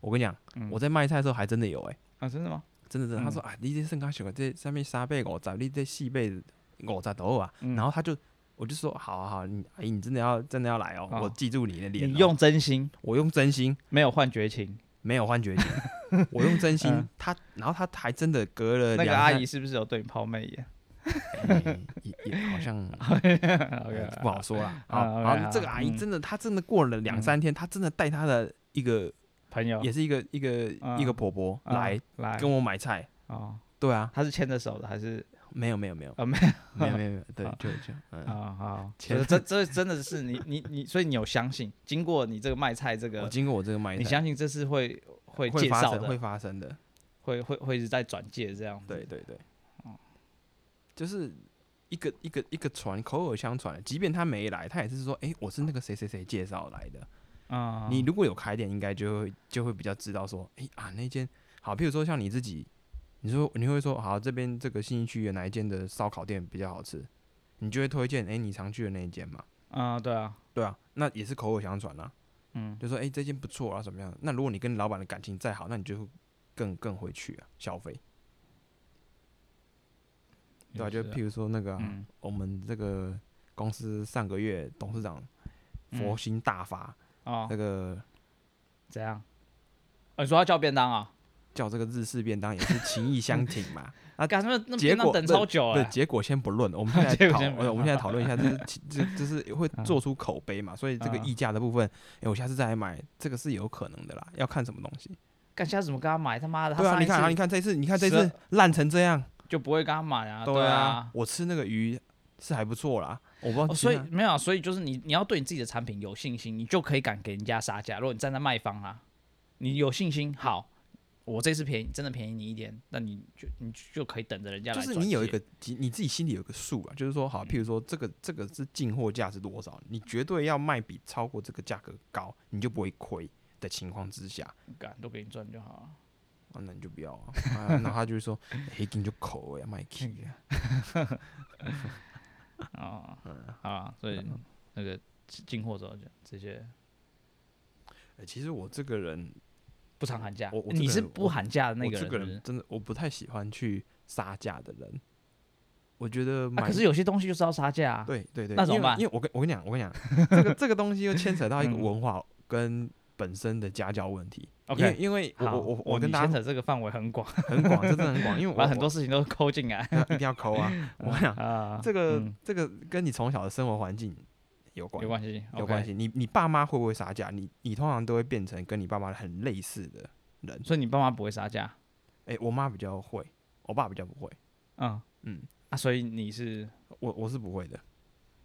S2: 我跟你讲，
S1: 嗯
S2: 我在卖菜的时候还真的有哎、
S1: 啊，真的吗？
S2: 真的真的，他说啊，你这身高小个，这上面三倍五十，你这四倍五十多啊。
S1: 嗯
S2: 然后他就，我就说好啊好啊，你阿姨你真的要真的要来哦，
S1: 哦
S2: 我记住你的脸哦。
S1: 你用真心，
S2: 我用真心，
S1: 没有换绝情。
S2: 没有 幻觉，我用真心
S1: 嗯。
S2: 他然后他还真的隔了
S1: 那个
S2: 呃两
S1: 阿
S2: 三
S1: 姨，是不是有对你抛媚 眼？
S2: 哎也也 好像呃
S1: OK，
S2: 不好说啦。
S1: 啊
S2: 好，
S1: ，OK，
S2: 然后这个
S1: 好
S2: 阿姨
S1: 嗯
S2: 真的，她真的过了两三天，她真的带她的一个，
S1: 朋友
S2: 也是一个一个一个
S1: 嗯
S2: 婆婆
S1: 啊
S2: 来
S1: 来
S2: 跟我买菜。
S1: 哦，
S2: 对啊，
S1: 他是牵着手的还是
S2: 没有没有没有
S1: 啊没
S2: 没有没有没有，对
S1: 好，
S2: 就就嗯
S1: 啊。好，
S2: 牵
S1: 这这这真的是你你你，所以你有相信，经过你这个卖菜这
S2: 我
S1: 个，
S2: 经过我这个卖菜，
S1: 你相信这是会会
S2: 会
S1: 介
S2: 发
S1: 绍
S2: 生
S1: 的，
S2: 会发生的，
S1: 会会会是在转介这样子。
S2: 对对对，
S1: 嗯
S2: 就是一个一个一个传口耳相传，即便他没来，他也是说，哎、我是那个谁谁谁介绍来的。
S1: 啊，
S2: 你如果有开店，应该就会就会比较知道说，哎、啊那间好，譬如说像你自己，你说你会说好这边这个信义区有哪一间的烧烤店比较好吃，你就会推荐哎、诶你常去的那一间嘛。
S1: 啊对啊，
S2: 对啊，那也是口耳相传啦、
S1: 嗯
S2: 就说哎、诶这间不错啊，怎么样？那如果你跟老板的感情再好，那你就更更回去啊，消费。对啊，
S1: 也
S2: 就是譬如说那个啊、
S1: 嗯
S2: 我们这个公司上个月董事长佛
S1: 嗯
S2: 心大发，
S1: 哦
S2: 那个
S1: 怎样？哦你说要叫便当啊？
S2: 叫这个日式便当也是情意相挺 嘛。
S1: 啊，干什么？那
S2: 结
S1: 便当
S2: 果
S1: 等
S2: 不
S1: 超久
S2: 对，
S1: 哎、
S2: 结果先不论，我们现
S1: 结
S2: 在
S1: 果
S2: 讨
S1: 先，不论
S2: 呃我们现在讨论一下，就是其这就是会做出口碑嘛，所以这个
S1: 嗯
S2: 溢价的部分，哎、我下次再来买，这个是有可能的啦，要看什么东西。
S1: 干下次怎么跟他买？他妈的，他
S2: 对啊，
S1: 上一
S2: 你看啊，你
S1: 次
S2: 看这次，你看这
S1: 十
S2: 次烂成这样，
S1: 就不会跟他买啊，
S2: 对
S1: 啊。
S2: 我吃那个鱼是还不错啦，我不知道
S1: 哦、
S2: 其他、
S1: 所以没有啊、所以就是你你要对你自己的产品有信心，你就可以敢给人家杀价。如果你站在卖方啊，你有信心，好，我这次便宜真的便宜你一点，那你就你就可以等着人家来
S2: 就
S1: 转
S2: 是
S1: 借。
S2: 你有一个你你自己心里有一个数啊，就是说好，譬如说这个这个是进货价是多少，你绝对要卖比超过这个价格高，你就不会亏的情况之下，
S1: 敢都给你赚就 好了。
S2: 啊，那你就不要啊。啊然后他就说，黑金就口味啊，卖 k 啊。
S1: 哦，好啊，所以那个进进货之后就直接
S2: 欸其实我这个人，
S1: 不常喊价
S2: 我我。这
S1: 你
S2: 个
S1: 是
S2: 人
S1: 不
S2: 我
S1: 喊价的那
S2: 我
S1: 个
S2: 这
S1: 人，是
S2: 个
S1: 不是
S2: 人真的我不太喜欢去杀价的人。我觉得
S1: 啊，
S2: 买，
S1: 可是有些东西就是要杀价啊。
S2: 对对对，
S1: 那
S2: 因
S1: 怎么
S2: 为
S1: 办
S2: 因为我跟我跟你讲，我跟你讲，这个这个东西又牵扯到一个
S1: 嗯
S2: 文化跟本身的家教问题。因为
S1: OK，
S2: 因为我
S1: 好
S2: 我我我跟
S1: 你
S2: 大
S1: 牵
S2: 家
S1: 扯这个范围很广，
S2: 很广，真的很广，因 为我
S1: 把很多事情都抠进来。
S2: 我一定要抠 啊。我跟你讲，
S1: 啊，
S2: 这个
S1: 嗯
S2: 这个跟你从小的生活环境有关
S1: 有，关系，
S2: 有关。系。你你爸妈会不会杀价？你你通常都会变成跟你爸妈很类似的人。
S1: 所以你爸妈不会杀价，
S2: 哎、我妈比较会，我爸比较不会。
S1: 嗯
S2: 嗯，
S1: 啊，所以你是，
S2: 我我是不会的。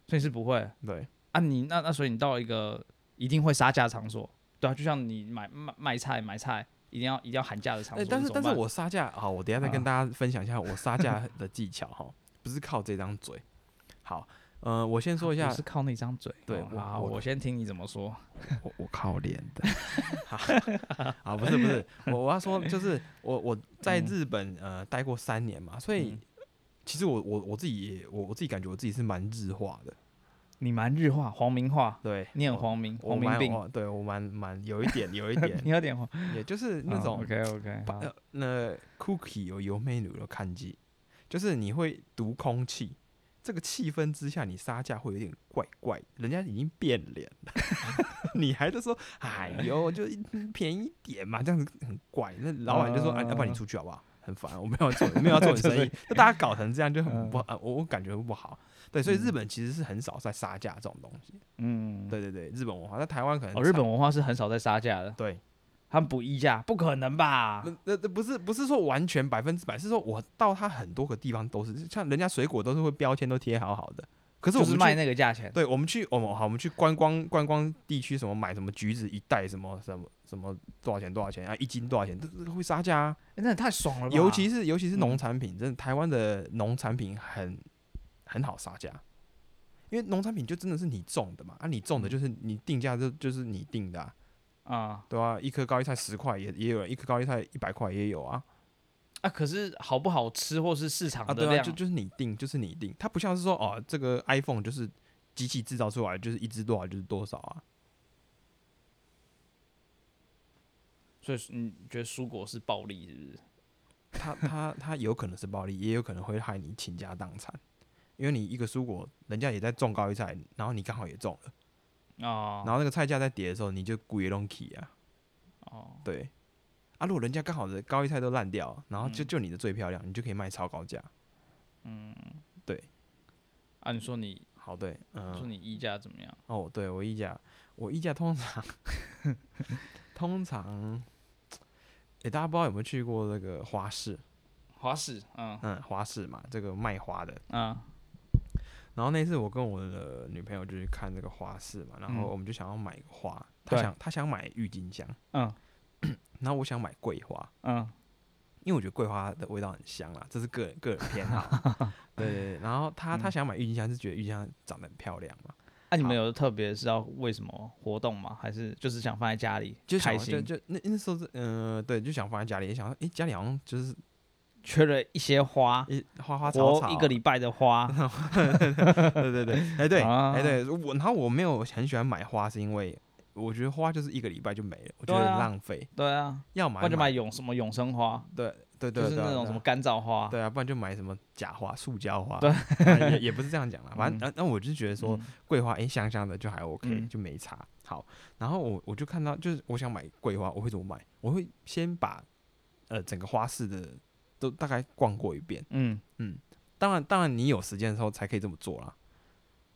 S1: 所以是不会
S2: 对，
S1: 啊。你那那所以你到一个一定会杀价的场所，对啊，就像你买卖卖菜买菜，一定要一定要喊价的场
S2: 哎、
S1: 所。
S2: 但
S1: 你
S2: 是
S1: 怎么
S2: 但是
S1: 办
S2: 我杀价好，我等一下再跟
S1: 啊
S2: 大家分享一下我杀价 的技巧哈，不是靠这张嘴。好，呃，我先说一
S1: 我
S2: 下，
S1: 是靠那张嘴。
S2: 对
S1: 哦
S2: 我
S1: 好，
S2: 我
S1: 我先听你怎么说。
S2: 我我靠脸的，好啊，不是不是，我我要说就是我我在
S1: 嗯
S2: 日本呃待过三年嘛，所以、
S1: 嗯
S2: 其实我我我自己也我我自己感觉我自己是蛮日化的，
S1: 你蛮日化，黄明化，
S2: 对，
S1: 你很
S2: 我
S1: 黄明，
S2: 哦我
S1: 黄明
S2: 蛮
S1: 病，
S2: 我对我蛮蛮有一点有一点
S1: ，你有点黄，哦
S2: 也就是那种、
S1: OK OK，
S2: 把呃那 cookie 有油妹乳的看机，就是你会读空气，这个气氛之下，你杀价会有点怪怪，人家已经变脸了， 你还在说哎呦，就一便宜一点嘛，这样子很怪。那老板就说，哎、要不然你出去好不好？很烦，我没有要做，我没有要做 你生意。那大家搞成这样就
S1: 嗯
S2: 很不，呃，我我感觉不好。对，所以日本其实是很少在杀价这种东西。
S1: 嗯，
S2: 对对对，日本文化，那台湾可能
S1: 哦，日
S2: 差
S1: 本文化是很少在杀价的，
S2: 对，
S1: 他们不议价，不可能吧？
S2: 那啊那那不是不是说完全百分之百，是说我到它很多个地方都是，像人家水果都是会标签都贴好好的，可是我
S1: 就是
S2: 们去
S1: 卖那个价钱，
S2: 对，我们去我们好，我们去观光观光地区什么买什么橘子一袋什么什么什么多少钱多少钱啊一斤多少钱，这这会杀价啊，
S1: 欸那也太爽了吧！
S2: 尤其是尤其是农
S1: 嗯
S2: 产品，真的台湾的农产品很很好杀价。因为农产品就真的是你种的嘛，啊，你种的就是你定价就就是你定的、啊，
S1: 嗯啊
S2: 对啊，一颗高丽菜十块也也有人，一颗高丽菜一百块也有啊，
S1: 啊，可是好不好吃，或是市场
S2: 啊，
S1: 的
S2: 对啊，
S1: 量，
S2: 就就是你定，就是你定，它不像是说哦，这个 iPhone 就是机器制造出来就是一支多少就是多少啊，
S1: 所以你觉得蔬果是暴利是不是？
S2: 它它它有可能是暴利，也有可能会害你倾家荡产，因为你一个蔬果，人家也在种高丽菜，然后你刚好也种了，
S1: 哦
S2: 然后那个菜价在跌的时候，你就故意弄起啊，
S1: 哦，
S2: 对，啊，如果人家刚好的高丽菜都烂掉，然后就
S1: 嗯
S2: 就你的最漂亮，你就可以卖超高价，
S1: 啊，你说你
S2: 好对，嗯、
S1: 说你议价怎么样？
S2: 哦，对我溢价，我溢价通常 通常，诶、大家不知道有没有去过那个花市？
S1: 花市，嗯
S2: 嗯，花市嘛，这个卖花的。
S1: 啊
S2: 然后那次我跟我的女朋友就去看这个花市嘛，然后
S1: 嗯
S2: 我们就想要买一个花，她
S1: 对
S2: 想她想买郁金香，
S1: 嗯
S2: 然后我想买桂花，
S1: 嗯，
S2: 因为我觉得桂花的味道很香啦，这是个人个人偏好。 对对对，然后她
S1: 嗯
S2: 她想买郁金香是觉得郁金香长得很漂亮嘛，
S1: 啊那你
S2: 好
S1: 们有特别是要为什么活动吗？还是就是想放在家里
S2: 就想
S1: 开
S2: 就
S1: 心？
S2: 就那那时候是嗯、对，就想放在家里，也想说诶、家里好像就是
S1: 缺了一些花，
S2: 一花花草啊
S1: 活
S2: 草
S1: 一个礼拜的花，
S2: 对对对，哎 对，
S1: 啊
S2: 哎对，我然后我没有很喜欢买花，是因为我觉得花就是一个礼拜就没了，我觉
S1: 对
S2: 得
S1: 啊
S2: 很浪费，
S1: 对啊，
S2: 要
S1: 不
S2: 买
S1: 然就买永什么永生花，
S2: 对对对，
S1: 就是
S2: 对啊
S1: 那种
S2: 对
S1: 什么
S2: 啊
S1: 干燥花，
S2: 对啊，不然就买什么假花、塑胶花，
S1: 对
S2: 啊，也也不是这样讲啦，反
S1: 嗯
S2: 正啊那我就觉得说
S1: 嗯
S2: 桂花哎香香的就还 OK，
S1: 嗯
S2: 就没差。好，然后我我就看到就是我想买桂花，我会怎么买？我会先把呃整个花市的都大概逛过一遍。
S1: 嗯，
S2: 当然，当然你有时间的时候才可以这么做啦，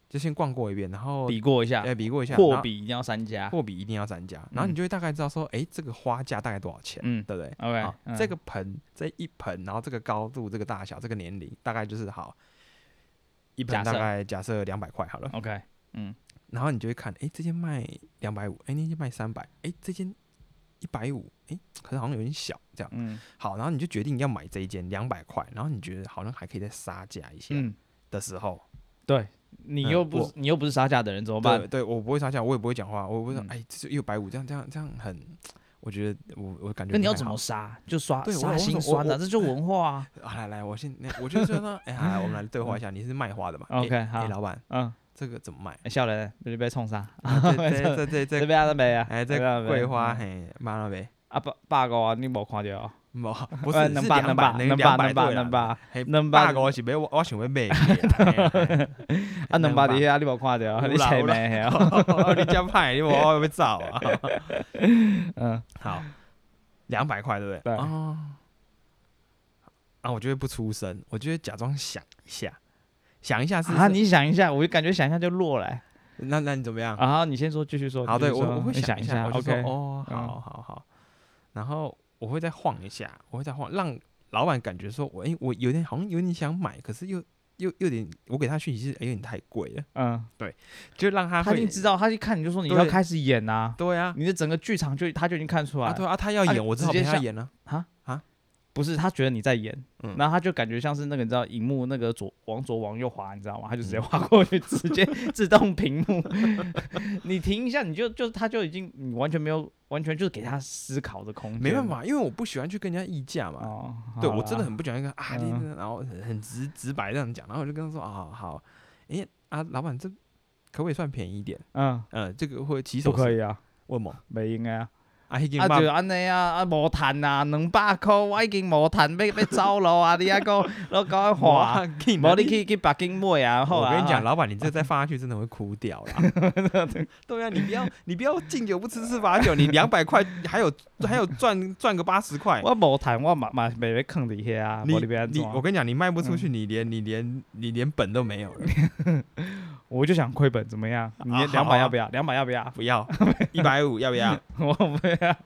S2: 就先逛过一遍，然后
S1: 比过一下
S2: 哎、，比过一下，
S1: 货
S2: 然后
S1: 比一定要三家。
S2: 货比一定要三家，然后你
S1: 嗯
S2: 就会大概知道说，哎、这个花价大概多少钱，
S1: 嗯
S2: 对不对？
S1: ，OK，
S2: 好，
S1: 嗯
S2: 这个盆这一盆，然后这个高度、这个大小、这个年龄，大概就是好一盆
S1: 假
S2: 大
S1: 设
S2: 概假设两百块好了，
S1: OK，嗯，
S2: 然后你就会看，哎，这间卖两百五，哎，那间卖三百，哎，这间一百五，哎，可是好像有点小，这样
S1: 嗯
S2: 好，然后你就决定要买这一间两百块，然后你觉得好像还可以再杀价一些
S1: 嗯，
S2: 的时候，
S1: 对你
S2: 嗯
S1: 又不
S2: 我
S1: 是你又不是杀价的人，怎么
S2: 对
S1: 办？
S2: 对，我不会杀价，我也不会讲话，我不会说
S1: 嗯，
S2: 哎，这就一百五，这样这样这样很，我觉得我我感觉
S1: 那你
S2: 不
S1: 要
S2: 太
S1: 怎
S2: 好
S1: 么杀？就刷
S2: 对我
S1: 杀
S2: 我
S1: 心
S2: 我
S1: 酸的，
S2: 我
S1: 这就文化啊。
S2: 啊，来来，我先，那我就说呢，哎、好来，我们来对话一下。你是卖花的嘛哎
S1: OK，
S2: 哎
S1: 好
S2: 老板，
S1: 嗯，
S2: 这个怎么 卖？
S1: 笑人你被冲杀，
S2: 啊这这这
S1: 这
S2: 这这，
S1: 边啊，这边啊，
S2: 哎，这
S1: 这边啊
S2: 桂花，
S1: 嗯
S2: 嘿，卖了没？
S1: 啊，八八个啊，你无看到啊？
S2: 冇，不
S1: 呃
S2: 是，
S1: 能
S2: 是
S1: 吧
S2: 两
S1: 能
S2: 百
S1: 吧
S2: 那
S1: 能
S2: 两
S1: 吧
S2: 百
S1: 能吧
S2: 对啊啦
S1: 能吧，
S2: 嘿
S1: 能吧
S2: 八个我是要我我想 要卖的啦。嘿嘿
S1: 啊，两百
S2: 吧
S1: 底下你无看到啊，
S2: 哎有
S1: 你
S2: 啦
S1: 猜
S2: 有啦
S1: 咩？
S2: 哦你这派，你我要被造啊！
S1: 嗯，
S2: 好，两百块，对不对？
S1: 对
S2: 哦，啊，我就会不出声，我就会假装想一下，想一下是
S1: 啊，
S2: 是
S1: 你想一下，我就感觉想一下就落来。
S2: 那那你怎么样？
S1: 啊，你先说，继续说。
S2: 好，
S1: 继续
S2: 对我
S1: 说
S2: 我会
S1: 你想
S2: 一下，我就说
S1: ，OK，
S2: 哦，
S1: 嗯
S2: 好好好，然后我会再晃一下，我会再晃，让老板感觉说我哎、我有点好像有点想买，可是又又又点，我给他讯息是、哎有点太贵了，
S1: 嗯，
S2: 就让他
S1: 他
S2: 会
S1: 已经知道，他一看你就说你
S2: 对
S1: 要开始演呐，
S2: 对啊，
S1: 你的整个剧场就他就已经看出来
S2: 啊
S1: 了
S2: 对。啊，他要
S1: 啊
S2: 演，我
S1: 直
S2: 只好
S1: 接
S2: 陪他
S1: 像
S2: 演了、
S1: 不是他觉得你在演，
S2: 嗯
S1: 然后他就感觉像是那个你知道荧幕那个左往左往右滑，你知道吗？他就
S2: 嗯
S1: 直接滑过去，直接自动屏幕。你停一下，你就就他就已经你完全没有完全就是给他思考的空间，
S2: 没办法，因为我不喜欢去跟人家议价嘛。
S1: 嗯哦。
S2: 对
S1: 好
S2: 我真的
S1: 啦
S2: 很不喜欢跟啊，你
S1: 嗯
S2: 然后很很直直白这样讲，然后我就跟他说啊好，哎、啊老板这可不可以算便宜一点？
S1: 嗯
S2: 呃，这个会起手
S1: 不可
S2: 以
S1: 以啊，
S2: 问我，
S1: 没应该啊，
S2: 啊，已经
S1: 啊就 安尼啊，啊无趁啊，两百箍我已经无趁，要要走路啊， 你还讲我讲 话，无你去去北京买啊，好啊。
S2: 我跟你
S1: 好啊
S2: 讲，老板，你这再放下去真的会哭掉啦。对啊，你不要你不要敬酒不吃吃罚酒，你两百块还有还有赚赚个八十块。
S1: 我无谈，我嘛嘛袂要坑伫遐啊，
S2: 你
S1: 无你要安
S2: 你
S1: 怎？
S2: 我跟你讲，你卖不出去，你连你连你连本都没有了。
S1: 我就想亏本，怎么样？你
S2: 啊好
S1: 两
S2: 啊
S1: 百要不要？两百要不要？
S2: 不要，一百五要不要？
S1: 我不要，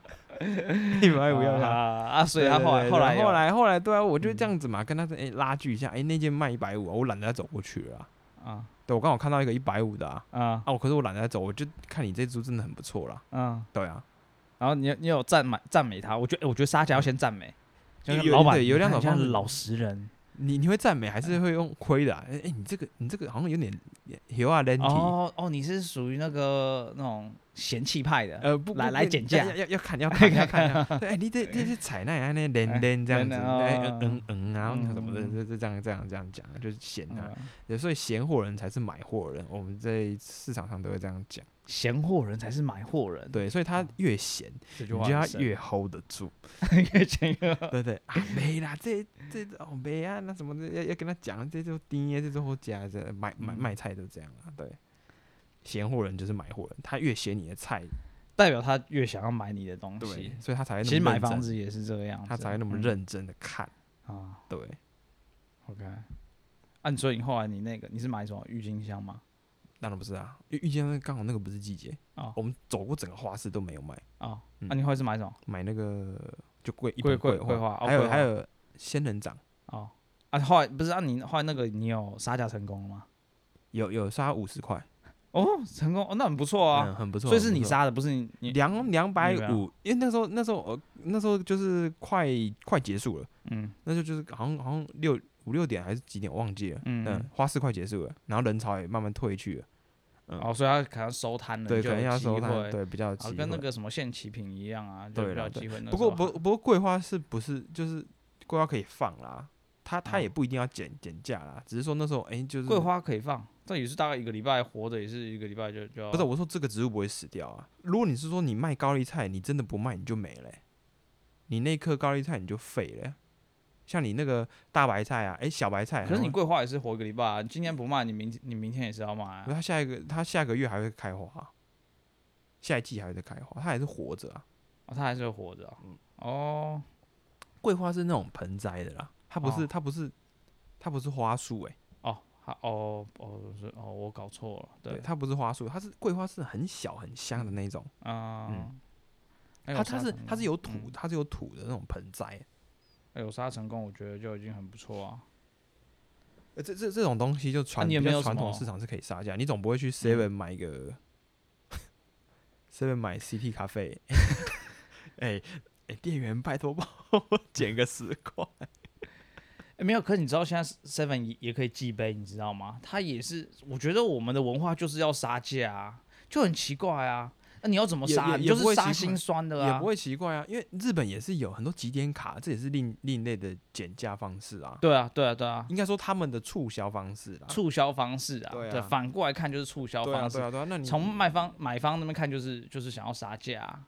S2: 一百五要
S1: 啊
S2: 不要？
S1: 啊！所以他后来
S2: 对对对
S1: 后来
S2: 后
S1: 有
S2: 来后来对啊，我就这样子嘛，跟他哎拉锯一下，哎那件卖一百五，我懒得再走过去了啊。
S1: 啊
S2: 对我刚好看到一个一百五的啊，
S1: 啊
S2: 啊我可是我懒得再走，我就看你这株真的很不错啦。
S1: 啊！
S2: 对啊，
S1: 然后你你有赞美赞美他，我觉得我觉得沙家要先赞美，就
S2: 有
S1: 是
S2: 有
S1: 老板
S2: 对有两
S1: 你
S2: 种
S1: 看
S2: 方
S1: 像
S2: 式
S1: 老实人
S2: 你你会赞美还是会用亏的、啊？哎、哎你这个你这个好像有点有啊 l e n
S1: 哦哦，你是属于那个那种嫌弃派的，
S2: 呃不
S1: 来
S2: 不
S1: 来
S2: 不
S1: 减价
S2: 要要要看要看要看 要看，对，哎你这这是采那啊那 l e
S1: 哎
S2: n l 这样子，
S1: lenn，哦
S2: 哎嗯嗯嗯啊
S1: 嗯
S2: 什么的，
S1: 嗯
S2: 这这这样这样这样讲，就是闲啊，
S1: 嗯
S2: 对所以闲货人才是买货人，我们在市场上都会这样讲，
S1: 闲货人才是买货人。，
S2: 对，所以
S1: 哦
S2: 他越闲，
S1: 这
S2: 你
S1: 句话
S2: 就要
S1: 很深
S2: 越 hold 得住，
S1: 越钱越好
S2: 对对 啊没啦，这这哦没啊那什么的，要要跟他讲，这就低，这就后加这买买
S1: 嗯
S2: 卖菜都这样啊，对。闲货人就是买货人，他越嫌你的菜，
S1: 代表他越想要买你的东西
S2: 对，。所以他才会那么
S1: 其实买
S2: 认真
S1: 房，子也是这个样子，
S2: 他才会那么
S1: 嗯
S2: 认真的看，
S1: 啊。
S2: 对，
S1: OK，啊，你所以你后来你那个你是买什么郁金香吗？
S2: 当然不是啊，因为遇见那刚好那个不是季节，
S1: 哦
S2: 我们走过整个花市都没有买，
S1: 哦，
S2: 嗯
S1: 啊，你后来是买什么？
S2: 买那个就贵一
S1: 桂桂
S2: 盆花，
S1: 桂花哦
S2: 还有
S1: 桂花
S2: 还有仙人掌，
S1: 哦，啊，后来不是啊，你后来那个你有杀价成功了吗？
S2: 有有杀五十块，
S1: 哦，成功，哦，那很不错啊
S2: 嗯，。很不错，
S1: 所以是
S2: 很不
S1: 你
S2: 错。
S1: 杀的，不是你你
S2: 两两百
S1: 你有没
S2: 五，因为那时候那时候我那时候就是快快结束了，
S1: 嗯
S2: 那时候就是好像好像六五六点还是几点我忘记了，
S1: 嗯
S2: 嗯，花市快结束了，然后人潮也慢慢退去了，
S1: 哦，所以他可能收摊了，
S2: 嗯对，
S1: 你就
S2: 可能
S1: 有
S2: 要收
S1: 机
S2: 摊，
S1: 会，
S2: 对，比较有
S1: 啊，
S2: 机
S1: 跟那
S2: 会
S1: 个什么限期品一样啊，就
S2: 对
S1: 比较
S2: 啦
S1: 有
S2: 对
S1: 机会。那时
S2: 不过
S1: 候
S2: 不
S1: 还
S2: 不过桂花是不是就是桂花可以放啦？它它也
S1: 哦
S2: 不一定要减减价啦，只是说那时候哎、就是
S1: 桂花可以放，这也是大概一个礼拜活着，也是一个礼拜就就要
S2: 不是我说这个植物不会死掉啊。如果你是说你卖高丽菜，你真的不卖你就没了欸、你那颗高丽菜你就废了欸、像你那个大白菜啊，哎、小白菜很
S1: 可
S2: 容
S1: 是
S2: 易，
S1: 你桂花也是活一个礼拜啊，你今天不卖，你明你明天也是要卖啊
S2: 不是它下一个它下个月还会开花啊、下一季还会再开花，它还是活着啊。嗯
S1: 哦，它还是会活着啊。哦，
S2: 桂花是那种盆栽的啦，它不是、
S1: 哦
S2: 它不是它不是花树哎、
S1: 哦，好哦哦是哦，我搞错了，
S2: 对，
S1: 对，
S2: 它不是花束，它是桂花是很小很香的那种，
S1: 啊、
S2: 嗯
S1: 那
S2: 它
S1: 有
S2: 它
S1: 杀
S2: 是
S1: 成
S2: 它是
S1: 功
S2: 有土，
S1: 嗯
S2: 它是有土的那种盆栽。
S1: 那有杀成功，我觉得就已经很不错啊。
S2: 呃，这这这种东西就传、
S1: 你有
S2: 比
S1: 没
S2: 较
S1: 有
S2: 传
S1: 什
S2: 统
S1: 么嗯
S2: 市场是可以杀价，你总不会去 Seven 买一个 Seven 买 CT 咖啡，哎、哎、店员拜托帮我减个十块，
S1: 诶没有，可是你知道现在 Seven 也也可以寄杯，你知道吗？它也是，我觉得我们的文化就是要杀价啊，就很奇怪啊。那你要怎么
S2: 也
S1: 杀？
S2: 也
S1: 你
S2: 也
S1: 就
S2: 不
S1: 是
S2: 会
S1: 杀
S2: 奇怪
S1: 心酸的
S2: 也
S1: 啊
S2: 不。会奇怪啊，因为日本也是有很多几点卡，这也是另另类的减价方式啊，
S1: 对啊，对啊，对啊，
S2: 应该说他们的促销方式啦，
S1: 促销方式啊，
S2: 啊对啊
S1: 反过来看就是促销
S2: 对啊
S1: 方式
S2: 对。啊对啊，那你
S1: 从卖方买方那边看，就是就是想要杀价、啊，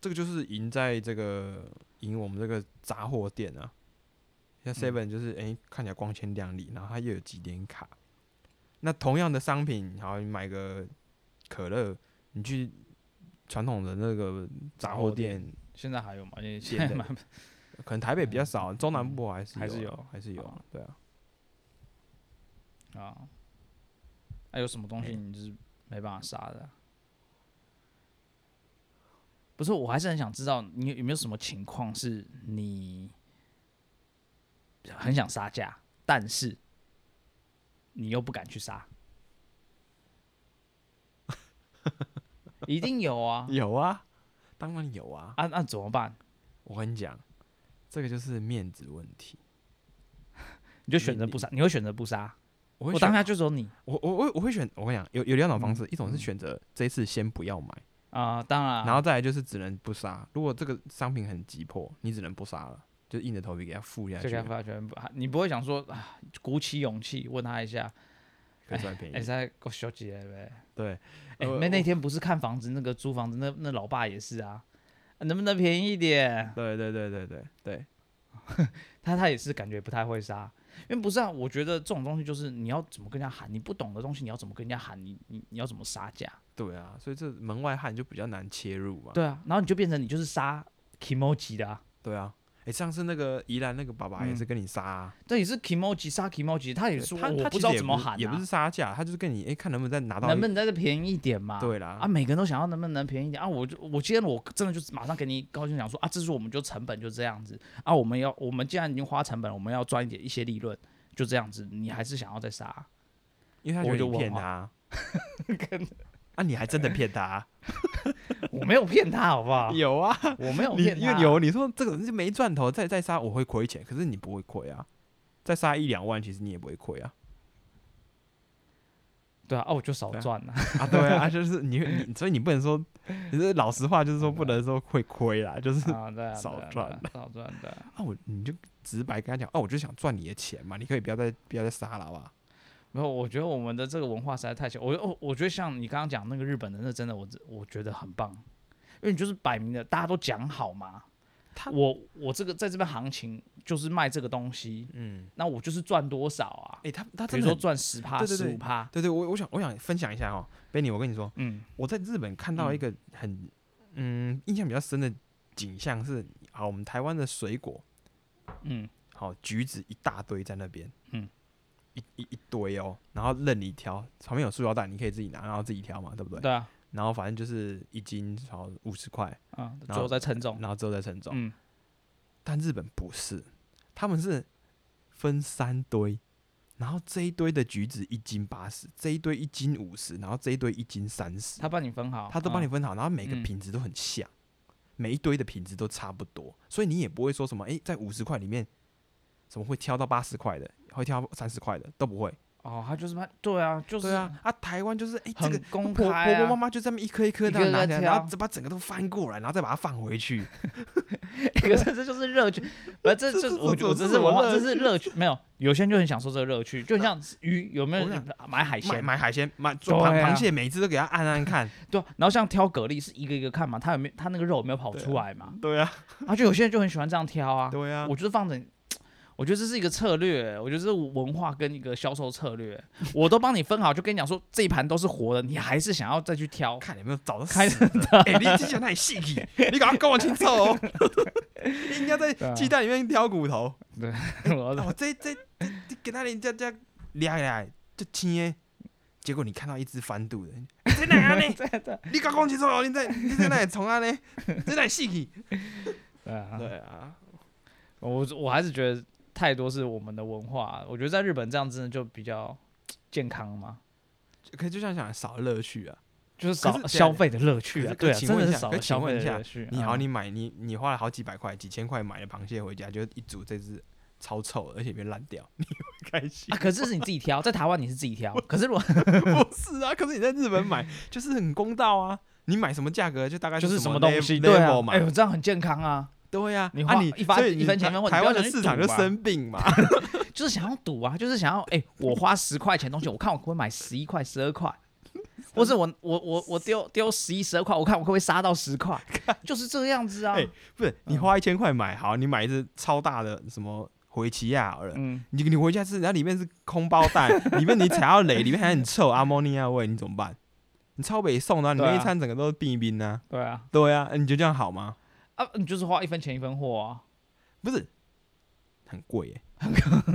S2: 这个就是赢在这个赢我们这个杂货店啊，像 Seven 就是哎、诶看起来光鲜亮丽，然后它又有几点卡。那同样的商品，好，你买个可乐，你去传统的那个杂货店，
S1: 现在还有吗？因为现
S2: 现
S1: 在
S2: 在
S1: 蛮
S2: 可能台北比较少，中南部还是
S1: 还是
S2: 是
S1: 有
S2: 嗯还是有啊
S1: 哦，
S2: 对啊。
S1: 啊，那、有什么东西你就是没办法杀的啊、不是，我还是很想知道你有没有什么情况是你很想杀价，但是你又不敢去杀。 一定有啊
S2: 有啊，当然有啊。
S1: 啊！那怎么办？
S2: 我跟你讲，这个就是面子问题。
S1: 你就选择不杀，你会选择不杀？
S2: 我
S1: 我
S2: 嗯会
S1: 当
S2: 选，
S1: 下就走你
S2: 我我我我会选。我跟你讲，有有两种方式，一种是选择这一次先不要买。
S1: 啊、当然啊，
S2: 然后再来就是只能不杀。如果这个商品很急迫，你只能不杀了，就硬着头皮给它付下
S1: 就
S2: 去
S1: 给他，发全部，你不会想说啊，鼓起勇气问他一下，
S2: 可以赚便
S1: 哎、
S2: 宜。
S1: 再给我小姐呗。
S2: 对，
S1: 哎、
S2: 呃
S1: 那那
S2: 我
S1: 天不是看房子，那个租房子，那那老爸也是啊，啊能不能便宜一点？
S2: 对对对对对对，
S1: 他他也是感觉不太会杀，因为不是啊，我觉得这种东西就是你要怎么跟人家喊，你不懂的东西你要怎么跟人家喊，你你你要怎么杀价？
S2: 对啊，所以这门外汉就比较难切入嘛。
S1: 对啊，然后你就变成你就是杀 Kimoji 的啊，
S2: 对啊，哎，上次那个宜兰那个爸爸也是跟你杀啊，
S1: 这也是 Kimoji 杀 Kimoji，他也
S2: 对
S1: 嗯说
S2: 他
S1: 我
S2: 他
S1: 不知
S2: 其实
S1: 道
S2: 也
S1: 怎么
S2: 不是
S1: 喊、啊
S2: 也不是杀价，他就是跟你哎看能不能再拿到
S1: 能
S2: 一
S1: 不能再便宜一点嘛？
S2: 对啦
S1: 啊，，每个人都想要能不能便宜一点啊！我就我今天我真的就是马上给你高兴讲说啊，这是我们就成本就这样子啊，我们要我们既然已经花成本了，我们要赚一点一些利润，就这样子，你还是想要再杀、
S2: 因为他
S1: 我
S2: 觉得
S1: 就
S2: 你
S1: 问
S2: 骗
S1: 话
S2: 他，啊，你还真的骗他啊，
S1: 我没有骗他好不 好？
S2: 有啊，
S1: 我没有
S2: 你
S1: 骗
S2: 因
S1: 他，
S2: 为有你说这个就没赚头，再再杀我会亏钱，可是你不会亏啊，再杀一两万其实你也不会亏啊。
S1: 对啊，啊我就少
S2: 对啊
S1: 赚了，
S2: 啊，对啊，就是你你，所以你不能说，你是老实话，就是说不能说会亏啦，就是啊
S1: 啊对啊，
S2: 少
S1: 对啊
S2: 赚，
S1: 对啊少赚对啊。
S2: 我你就直白跟他讲，哦、我就想赚你的钱嘛，你可以不要再不要再杀了好不好？
S1: 没有，我觉得我们的这个文化实在太强。我哦我我觉得像你刚刚讲那个日本的，那真的我我觉得很棒，因为你就是摆明了大家都讲好嘛。
S2: 他
S1: 我我这个在这边行情就是卖这个东西，
S2: 嗯，
S1: 那我就是赚多少啊
S2: 哎、？他他
S1: 比
S2: 真
S1: 如说
S2: 的很，
S1: 赚十趴、
S2: 对对
S1: 十
S2: 对
S1: 五趴，
S2: 对对，我我想我想分享一下哦 b e n n y 我跟你说，
S1: 嗯，
S2: 我在日本看到一
S1: 嗯
S2: 个很嗯印象比较深的景象是，好，我们台湾的水果，
S1: 嗯，
S2: 好橘子一大堆在那边，
S1: 嗯，
S2: 一一一堆哦，然后任你挑，旁边有塑料袋，你可以自己拿，然后自己挑嘛，对不对？
S1: 对啊，
S2: 然后反正就是一斤好五十块，
S1: 啊，
S2: 然
S1: 最
S2: 后
S1: 后再称重，
S2: 然后之后再称重。
S1: 嗯，
S2: 但日本不是，他们是分三堆，然后这一堆的橘子一斤八十，这一堆一斤五十，然后这一堆一斤三十，
S1: 他帮你分好，
S2: 他都帮你
S1: 嗯
S2: 分好，然后每个
S1: 嗯
S2: 品质都很像，每一堆的品质都差不多，所以你也不会说什么，诶，在五十块里面怎么会挑到八十块的，会挑到三十块的都不会。
S1: 哦，他就是帮，对啊，就是
S2: 对啊，啊，台湾就是诶，这
S1: 很
S2: 个
S1: 公
S2: 婆
S1: 开
S2: 婆婆
S1: 啊
S2: 妈妈就这么一颗一颗
S1: 一
S2: 这
S1: 个
S2: 样拿
S1: 个
S2: 起来，然后
S1: 挑
S2: 只把整个都翻过来，然后再把它放回去。
S1: 可是这就是乐趣，不是这
S2: 这
S1: 这
S2: 这
S1: 我
S2: 这
S1: 我
S2: 这
S1: 这
S2: 是
S1: 是
S2: 我
S1: 文化，
S2: 乐
S1: 这是乐趣。没有，有些人就很享受这个乐趣，就很像鱼有没有
S2: 我
S1: 人
S2: 想
S1: 买海
S2: 买
S1: 鲜，
S2: 买海鲜，买
S1: 对
S2: 螃
S1: 啊
S2: 螃蟹，每一只都给它按 按看。
S1: 对啊，然后像挑蛤蜊是一个一个看嘛，它有没有它那个肉有没有跑
S2: 对啊
S1: 出来嘛？
S2: 对啊，
S1: 啊，就有些人就很喜欢这样挑啊。
S2: 对啊
S1: 我，就是放着，我觉得这是一个策略，我觉得这是文化跟一个销售策略。我都帮你分好，就跟你讲说这一盘都是活的，你还是想要再去 挑。
S2: 看有没有找到
S1: 开
S2: 死的。哎、你之前那里细气，你赶快跟我清楚 哦。 人家在
S1: 对啊
S2: 鸡蛋里面挑骨头，
S1: 我
S2: 我、哦这这这这给他人家这样俩俩就青耶。结果你看到一只翻肚的，在 哪呢？你搞讲清楚哦，你在你在哪里从啊呢？在哪里细气？
S1: 对啊，
S2: 对啊，
S1: 我我还是觉得太多是我们的文化。我觉得在日本这样真的就比较健康嘛，
S2: 可以就像想少乐趣啊。
S1: 就是
S2: 可是
S1: 少
S2: 这
S1: 消
S2: 样
S1: 费的乐趣
S2: 可
S1: 啊。
S2: 是
S1: 对啊，
S2: 请
S1: 真
S2: 问
S1: 的
S2: 一
S1: 是
S2: 下
S1: 少
S2: 可
S1: 了
S2: 是
S1: 消
S2: 请
S1: 费
S2: 问一
S1: 的
S2: 下
S1: 乐趣。
S2: 你好，
S1: 嗯
S2: 你买你你花了好几百块、几千块买了螃蟹回家，就一煮这只超臭，而且变烂掉，你会 开心
S1: 啊，？可是这是你自己挑，在台湾你是自己挑，可是如果
S2: 不是啊，可是你在日本买就是很公道啊，你买什么价格就大概
S1: 就是什
S2: 么
S1: 么东西，
S2: level-
S1: 对啊
S2: level，嘛
S1: 哎，呦，这样很健康啊，
S2: 对呀、啊，
S1: 你
S2: 啊
S1: 花
S2: 你
S1: 一发
S2: 所以
S1: 一
S2: 你
S1: 分钱
S2: 台
S1: 没问题
S2: 台
S1: 不要
S2: 湾的
S1: 想去
S2: 市场
S1: 赌
S2: 就
S1: 嘛
S2: 生病嘛，
S1: 就是想要赌啊，就是想要哎，我花十块钱东西，我看我可不可以买十一块、十二块，或者我我我我丢丢十一、十二块，我看我可不可以杀到十块，就是这样子啊。
S2: 哎不是你花一千块买好，你买一只超大的什么回奇亚好了。
S1: 嗯，
S2: 你你回家吃，然后里面是空包 蛋，里面你踩到雷，里面还很臭，阿莫尼亚味，你怎么办？你超北送的啊，你
S1: 对啊
S2: 那一餐整个都是冰一冰呐、啊。
S1: 对啊，
S2: 对啊，你就这样好吗？
S1: 啊，你就是花一分钱一分货啊。
S2: 不是，很贵耶、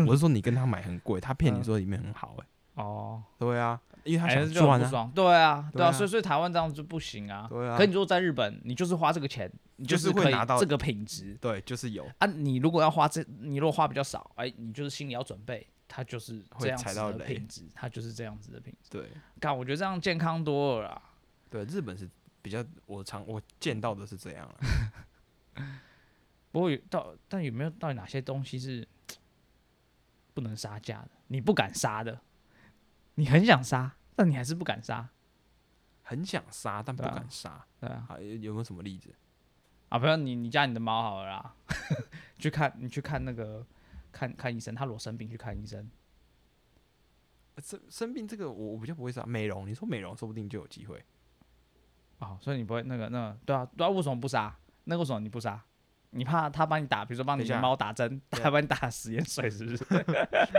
S2: 我是说你跟他买很贵，他骗你说里面很好哎、
S1: 哦，
S2: 对啊，因为他
S1: 嗯还
S2: 想
S1: 是哎就很
S2: 赚
S1: 不
S2: 啊。
S1: 爽，对啊，对
S2: 对
S1: 啊，
S2: 啊
S1: 所以所以台湾这样就不行啊。
S2: 对啊
S1: 可你如果在日本，你就是花这个钱，你
S2: 就是
S1: 是
S2: 会
S1: 可以
S2: 拿到
S1: 这个品质
S2: 对，就是有
S1: 啊。你如果要花这，你如果花比较少，哎，你就是心里要准备，它就是这
S2: 会
S1: 样
S2: 踩
S1: 子
S2: 到
S1: 的
S2: 雷
S1: 品质，它就是这样子的品质。
S2: 对
S1: 干，我觉得这样健康多了啦。
S2: 对，日本是比较我常我见到的是这样了。啊
S1: 不过有到，但有没有到底哪些东西是不能杀价的？你不敢杀的，你很想杀，但你还是不敢杀，
S2: 很想杀，但不
S1: 对啊
S2: 敢杀。
S1: 对啊。
S2: 好，有有没有什么例子？
S1: 啊，不要你你家你的猫好了啦， 去看你去看那个看看医生，它裸生病去看医生。
S2: 呃生生病这个我我比较不会杀，美容你说美容说不定就有机会。
S1: 哦，所以你不会那个那个，对啊，对啊，为什么不杀？那为什么你不杀？你怕它帮你打，比如说帮
S2: 等
S1: 你
S2: 一下
S1: 的猫打针，
S2: 对
S1: 它帮你打食盐水，是不 是？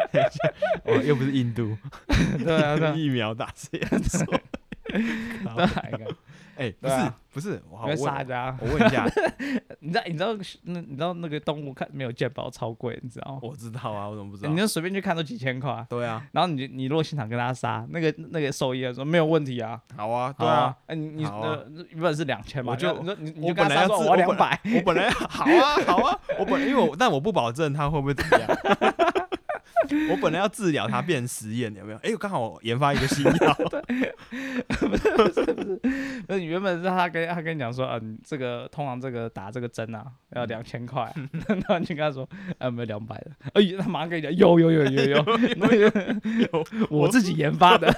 S2: 哦，又不是印度，
S1: 对啊，对啊，
S2: 疫苗打谁 说？好
S1: 对啊，一个
S2: 哎，不
S1: 对
S2: 是
S1: 啊
S2: 不是，我好
S1: 你会
S2: 我
S1: 杀
S2: 问哦
S1: 人啊！
S2: 我问一下，
S1: 你知道你知道那你知道那个动物看没有健保超贵，你知道吗？
S2: 我知道啊，我怎么不知
S1: 你
S2: 道？
S1: 就随便去看都几千块，
S2: 对啊，
S1: 然后你你如果现场跟他杀，那个那个兽医的说没有问题啊，
S2: 好啊，
S1: 好
S2: 对啊，，
S1: 哎、你你
S2: 好啊
S1: 呃原本是两千嘛，
S2: 我就
S1: 你说你你
S2: 我
S1: 就跟他
S2: 本来
S1: 杀
S2: 要
S1: 说
S2: 自
S1: 我两百，，
S2: 我本 来好啊好啊，我本来因为我但我不保证他会不会怎么样。 我本来要治疗他变实验，有没有？哎、刚好我研发一个新药，
S1: 那你原本是他跟他跟你讲说，嗯、你这个通常这个打这个针啊
S2: 嗯
S1: 要两千块 啊，然后你就跟他说，呃，没有两百的，哎、他马上跟你讲有有有有有，那个
S2: 有
S1: 我自己研发 的，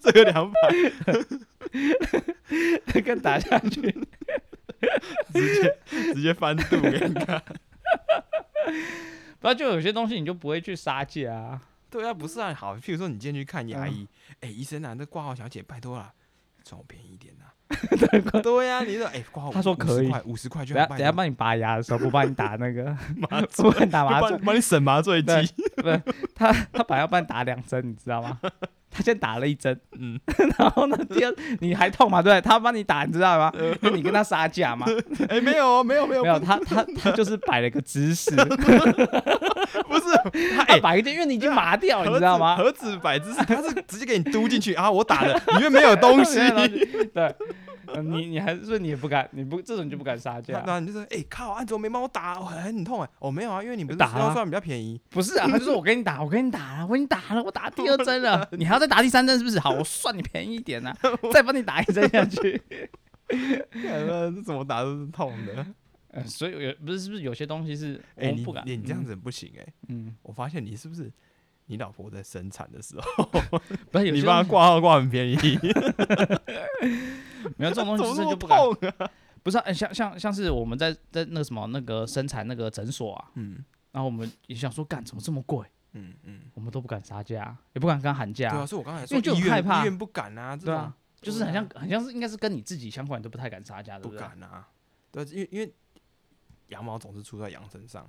S2: 这个两百，
S1: 跟打下去，
S2: 直接直接翻肚给你看。
S1: 不然就有些东西你就不会去杀价啊，
S2: 对啊，不是啊，好，譬如说你今天去看牙
S1: 嗯
S2: 医，哎、医生啊，那挂号小姐，拜托啦，算我便宜一点 呐、对呀、啊，你说哎，挂、号
S1: 他说可以
S2: 五十块就
S1: 等下
S2: 好，
S1: 等
S2: 拜
S1: 下
S2: 托
S1: 帮你拔牙的时候不帮你打那 个，
S2: 麻醉，
S1: 不帮你打麻
S2: 就
S1: 醉
S2: 帮，帮你省麻醉剂
S1: 对。不是他，他本来要帮你打两针，你知道 吗？他先打了一针，嗯
S2: 嗯，
S1: 然后呢，第二你还痛嘛？对不对，他帮你打，你知道吗？
S2: 嗯
S1: 因为你跟他杀价 嘛，
S2: 哎、没有哦，没有没有
S1: 没有他，他他就是摆了个姿 势，
S2: 不是，他哎、
S1: 他摆一个，因为你已经麻掉，
S2: 盒
S1: 你
S2: 子
S1: 知道 吗？
S2: 盒子摆姿势，他是直接给你嘟进去啊！我打的，里面没有东 西。
S1: 对对，呃你你还所以你也不敢，你不这种你就不敢杀价
S2: 然，后你就说：“哎、靠，安卓没帮我打，我很很痛哎、哦，没有啊，因为你不是
S1: 打啊
S2: 说算比较便宜，
S1: 不是啊？他就说我给你打，我给你打啊了，我给你打了，我打第二针了，你还要再打第三针是不是？好，我算你便宜一点 啊，再帮你打一针下去。
S2: 呃怎么打都是痛的。
S1: 呃所以有不是是不是有些东西是 我
S2: 哎、
S1: 们
S2: 你
S1: 不敢？
S2: 你你这样
S1: 嗯
S2: 子不行哎、
S1: 嗯，
S2: 我发现你是不是你老婆在生产的时候，
S1: 不 是有
S2: 你
S1: 些
S2: 帮
S1: 东
S2: 她
S1: 西
S2: 挂号挂很 便宜，怎
S1: 没有这种 东西
S2: 么
S1: 真
S2: 这
S1: 的
S2: 么
S1: 就不敢，
S2: 痛啊？
S1: 不是啊、呃像像像是我们在在那个什么那个生产那个诊所啊，
S2: 嗯
S1: 然后我们也想说干怎么这么贵，
S2: 嗯嗯，
S1: 我们都不敢杀价，也不敢跟他喊价
S2: 对
S1: 啊、
S2: 啊，所以我刚才
S1: 因
S2: 说
S1: 为就
S2: 医
S1: 很
S2: 院
S1: 害怕
S2: 医院不敢啊，这
S1: 对
S2: 种
S1: 啊就是很像很像是应该是跟你自己相关，你都不太敢杀价，对
S2: 不啊
S1: 对？
S2: 敢啊，对，因为因为羊毛总是出在羊身上，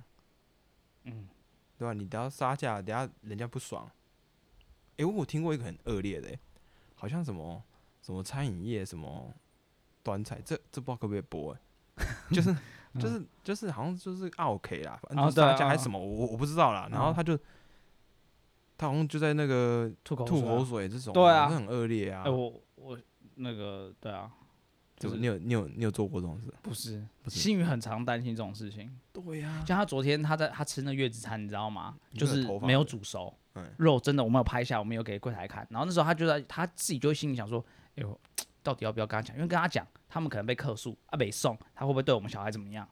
S1: 嗯，
S2: 对啊吧？你等下杀价，等下人家不爽。诶，我有听过一个很恶劣的、欸，好像什么什么餐饮业什么端菜，这这不知道可不可以播、欸？ 就是就是就是好像就是啊 OK 啦，反
S1: 嗯哦嗯
S2: 正
S1: 对
S2: 杀价
S1: 啊
S2: 还是什么，我我不知道啦。然后他就他好像就在那个
S1: 吐口
S2: 吐
S1: 水啊
S2: 口水这种，
S1: 对啊
S2: 这很恶劣啊
S1: 哎、。我我那个对啊，就
S2: 怎么
S1: 是
S2: 你有你有你有做过这种事？
S1: 不是，
S2: 不是
S1: 星宇很常担心这种事情。
S2: 对呀，
S1: 像他昨天他在他吃那月子餐，你知道吗？
S2: 你
S1: 就
S2: 那个
S1: 是
S2: 头发
S1: 没有
S2: 的
S1: 煮熟
S2: 嗯，
S1: 肉真的我没有拍下，我没有给柜台看。然后那时候他就在他自己就会心里想说：“哎呦，到底要不要跟他讲？因为跟他讲，他们可能被客诉啊，被送，他会不会对我们小孩怎么样？”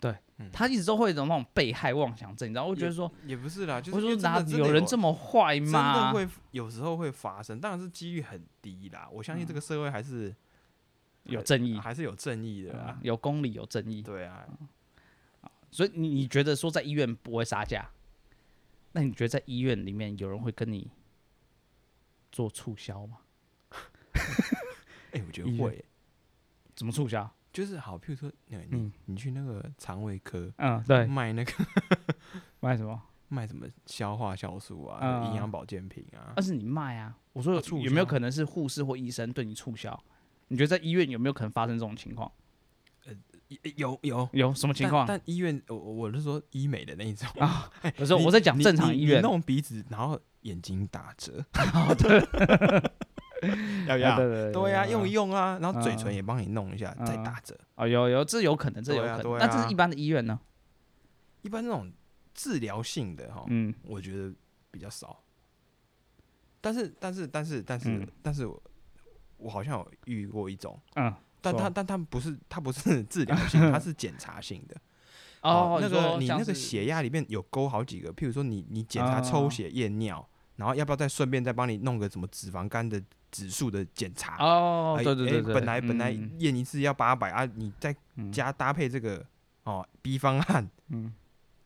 S1: 对
S2: 嗯
S1: 他一直都会有一种那种被害妄想症，你知道？我觉得说，
S2: 也不是啦，就是
S1: 我
S2: 因为
S1: 说
S2: 真
S1: 哪
S2: 的真的
S1: 有人这么啊坏
S2: 真
S1: 吗
S2: 的？会有时候会发生，当然是几率很低啦。我相信这
S1: 嗯
S2: 个社会还是、
S1: 有正义，啊
S2: 还是有正义的啦。
S1: 有公理，有正义。
S2: 对啊，
S1: 所以你你觉得说在医院不会杀价，那你觉得在医院里面有人会跟你做促销吗？
S2: 哎、我觉
S1: 医
S2: 得
S1: 院
S2: 会欸，
S1: 怎么促销？
S2: 就是好，譬如说，你你、
S1: 嗯
S2: 你去那个肠胃科
S1: 嗯，对，
S2: 卖那个
S1: 卖什么？
S2: 卖什么消化酵素啊、
S1: 嗯
S2: 营养、保健品啊
S1: 但，是你卖啊，我说
S2: 啊促
S1: 有没有
S2: 销
S1: 可能是护士或医生对你促销？你觉得在医院有没有可能发生这种情况？
S2: 欸有有
S1: 嗯有什么情
S2: 但
S1: 况？
S2: 但医院，我我我是说医美的那一种
S1: 啊
S2: 哎
S1: 不是我
S2: 你
S1: 在讲
S2: 你
S1: 正常
S2: 你
S1: 医
S2: 你
S1: 院哦
S2: 弄鼻子，然后眼睛打折， 要不
S1: 啊
S2: 要？
S1: 对对
S2: 对呀、用一用啊，然后嘴
S1: 嗯
S2: 唇也帮你弄一下，再打折。
S1: 哦，有有，这有可能，这有
S2: 对啊
S1: 可能。
S2: 对
S1: 那这
S2: 啊
S1: 是一般的医院呢？
S2: 一般那种治疗性的哈，
S1: 嗯，
S2: 我觉得比较少。但是，但是，但是，但是，
S1: 嗯
S2: 但是我我好像有遇过一种，
S1: 嗯，
S2: 但
S1: 说
S2: 他但他不是 他不是治疗 性，他是检查性的。
S1: 哦，
S2: 那
S1: 说
S2: 个你
S1: 像
S2: 那个
S1: 是
S2: 血压里面有勾好几个，譬如说你你检查
S1: 啊
S2: 抽血、验尿，然后要不要再顺便再帮你弄个什么脂肪肝的指数的检查？
S1: 哦，
S2: 哎
S1: 对对
S2: 哎
S1: 对对，
S2: 本来本来
S1: 嗯
S2: 验一次要八百啊，你再
S1: 嗯
S2: 加搭配这个哦 B 方案，
S1: 嗯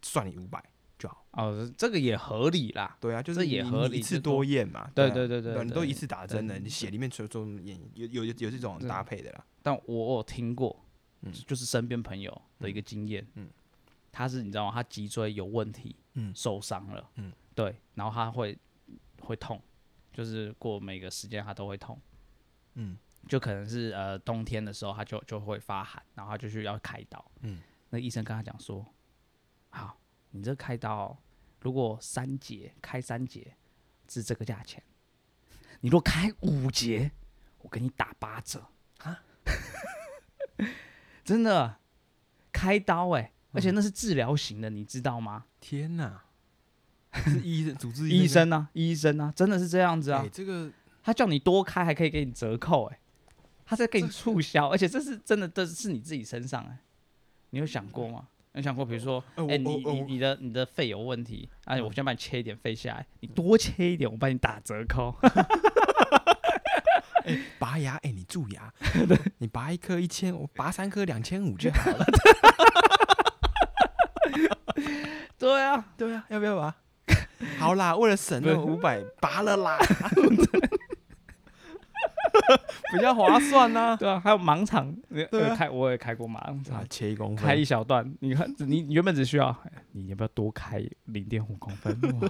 S2: 算你五百。
S1: 哦，这个也合理啦。
S2: 对啊，就是
S1: 这
S2: 你
S1: 也
S2: 你
S1: 合
S2: 你
S1: 理
S2: 一次
S1: 就
S2: 多
S1: 多
S2: 验嘛。
S1: 对
S2: 啊
S1: 对对对
S2: 啊你都
S1: 对
S2: 一次打针了，
S1: 对
S2: 你血里面全都验，有有有有这种
S1: 对
S2: 搭配的啦。
S1: 但我我有听过，
S2: 嗯
S1: 就是身边朋友的一个经验，
S2: 嗯
S1: 他是你知道吗？他脊椎有问题，
S2: 嗯
S1: 受伤了，
S2: 嗯
S1: 对，然后他会会痛，就是过每个时间他都会痛，
S2: 嗯，
S1: 就可能是呃冬天的时候他就就会发寒，然后他就去要开刀，
S2: 嗯，
S1: 那医生跟他讲说，好，你这开刀如果三节开三节是这个价钱，你若开五节，我给你打八折啊， 真的开刀哎、而
S2: 嗯
S1: 且那是治疗型的，你知道吗？
S2: 天哪，是医生， 主治
S1: 医
S2: 生
S1: 生啊，医生啊，真的是这样子
S2: 哎，
S1: 啊，
S2: 这个
S1: 他叫你多开还可以给你折扣、哎，他在给你促销，而且这是真的，这是你自己身上哎、你有想过吗？你有想过，比如说，哎、
S2: 哎我
S1: 你
S2: 我
S1: 你
S2: 我嗯
S1: 你的你的肺有问题，哎，我先帮你切一点肺下来，你多切一点，我帮你打折扣。
S2: 拔牙，哎，你蛀 牙，你拔一颗一千，我拔三颗两千五就好了。
S1: 对啊，
S2: 对啊，要不要拔？ 好啦，为了省那五百，拔了啦， 比较划算呐。
S1: 对啊，还有盲场，你
S2: 对啊
S1: 我开我也开过盲
S2: 啊
S1: 场，，
S2: 切一公
S1: 开一
S2: 分，
S1: 小段，你看你你原本只需要，哎你要不要多开零点五公 分？哇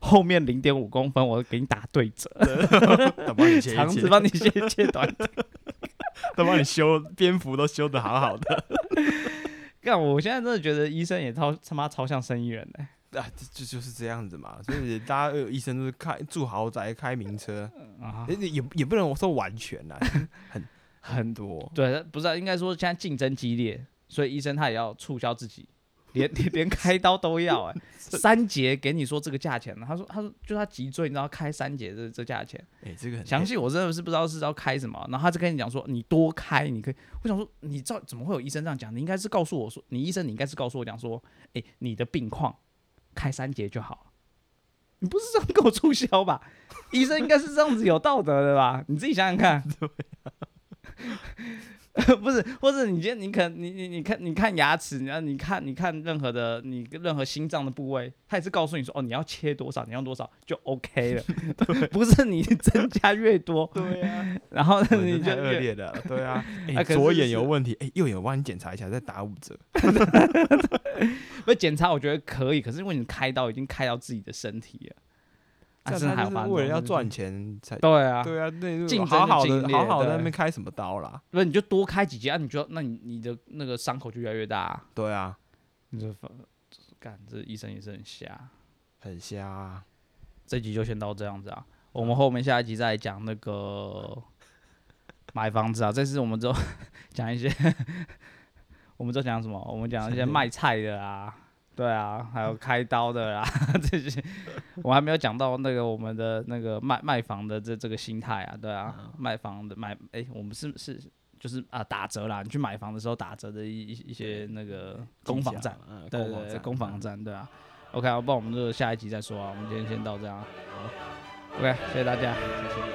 S1: 后面零点五公分我给你打对折，
S2: 等帮你切
S1: 肠
S2: 一切
S1: 子，帮你切切短
S2: 都帮你修蝙蝠都修的好好的。
S1: 干，我现在真的觉得医生也超他妈超像生意人欸的、
S2: 啊，这这就是这样子嘛，所以大家有医生都是开住豪宅、开名车，
S1: 啊
S2: 也。也也不能说完全啦， 很
S1: 很
S2: 多。
S1: 对，不是、啊，应该说现在竞争激烈，所以医生他也要促销自己，连 连连开刀都要 哎、三节给你说这个价钱了，他说他说就他脊椎，你知道开三节这这价钱，
S2: 哎、这个很
S1: 详细我真的是不知道是要开什么，然后他就跟你讲说你多开，你可以，我想说你知道怎么会有医生这样讲？你应该是告诉我说，你医生你应该是告诉我讲说，哎、你的病况开三节就好了，你不是这样跟我促销吧？
S2: 啊
S1: 医生应该是这样子有道德的吧？你自己想想看。 不是，或者你今天你可能你你你看你看牙齿，然后你看你看任何的你任何心脏的部位，他也是告诉你说哦你要切多少，你要多少就 OK 了，不是你增加越多，
S2: 对啊呀，
S1: 然后
S2: 真
S1: 你
S2: 的太
S1: 就
S2: 恶
S1: 越
S2: 劣了，对啊，
S1: 啊
S2: 哎，
S1: 可是
S2: 左
S1: 是
S2: 眼有问题，哎，右眼我帮你检查一下，再打五折。
S1: 不检查，我觉得可以，可是因为你开刀已经开到自己的身体了，啊，
S2: 这
S1: 真的
S2: 样
S1: 还有
S2: 他就是
S1: 办法
S2: 为了要
S1: 这种
S2: 赚
S1: 事情，
S2: 钱才。
S1: 对啊，
S2: 对啊，
S1: 竞
S2: 那就
S1: 争
S2: 好好
S1: 就
S2: 的
S1: 激烈
S2: 好好的
S1: 对
S2: 在那边开什么刀啦？
S1: 不是你就多开几节，啊，你就那你你的那个伤口就越来越大啊、
S2: 对啊，
S1: 你就发干这医生也是很瞎。
S2: 很瞎啊。
S1: 这集就先到这样子啊，我们后面下一集再讲那个买房子啊，这次我们之后 讲一些，我们之后讲什么？我们讲一些卖菜的啊，对啊，还有开刀的啊， 这些我还没有讲到那个我们的那个卖卖房的这这个心态啊，对啊，卖房的买哎、我们是是。就是啊，打折啦！你去买房的时候打折的一一一些那个攻
S2: 啊
S1: 防战，
S2: 竞价
S1: 对
S2: 嘛，
S1: 对对，
S2: 嗯
S1: 攻防。战，对啊。OK，啊不然我们就下一集再说啊，我们今天先到这样啊。OK，谢谢大家。
S2: 嗯谢谢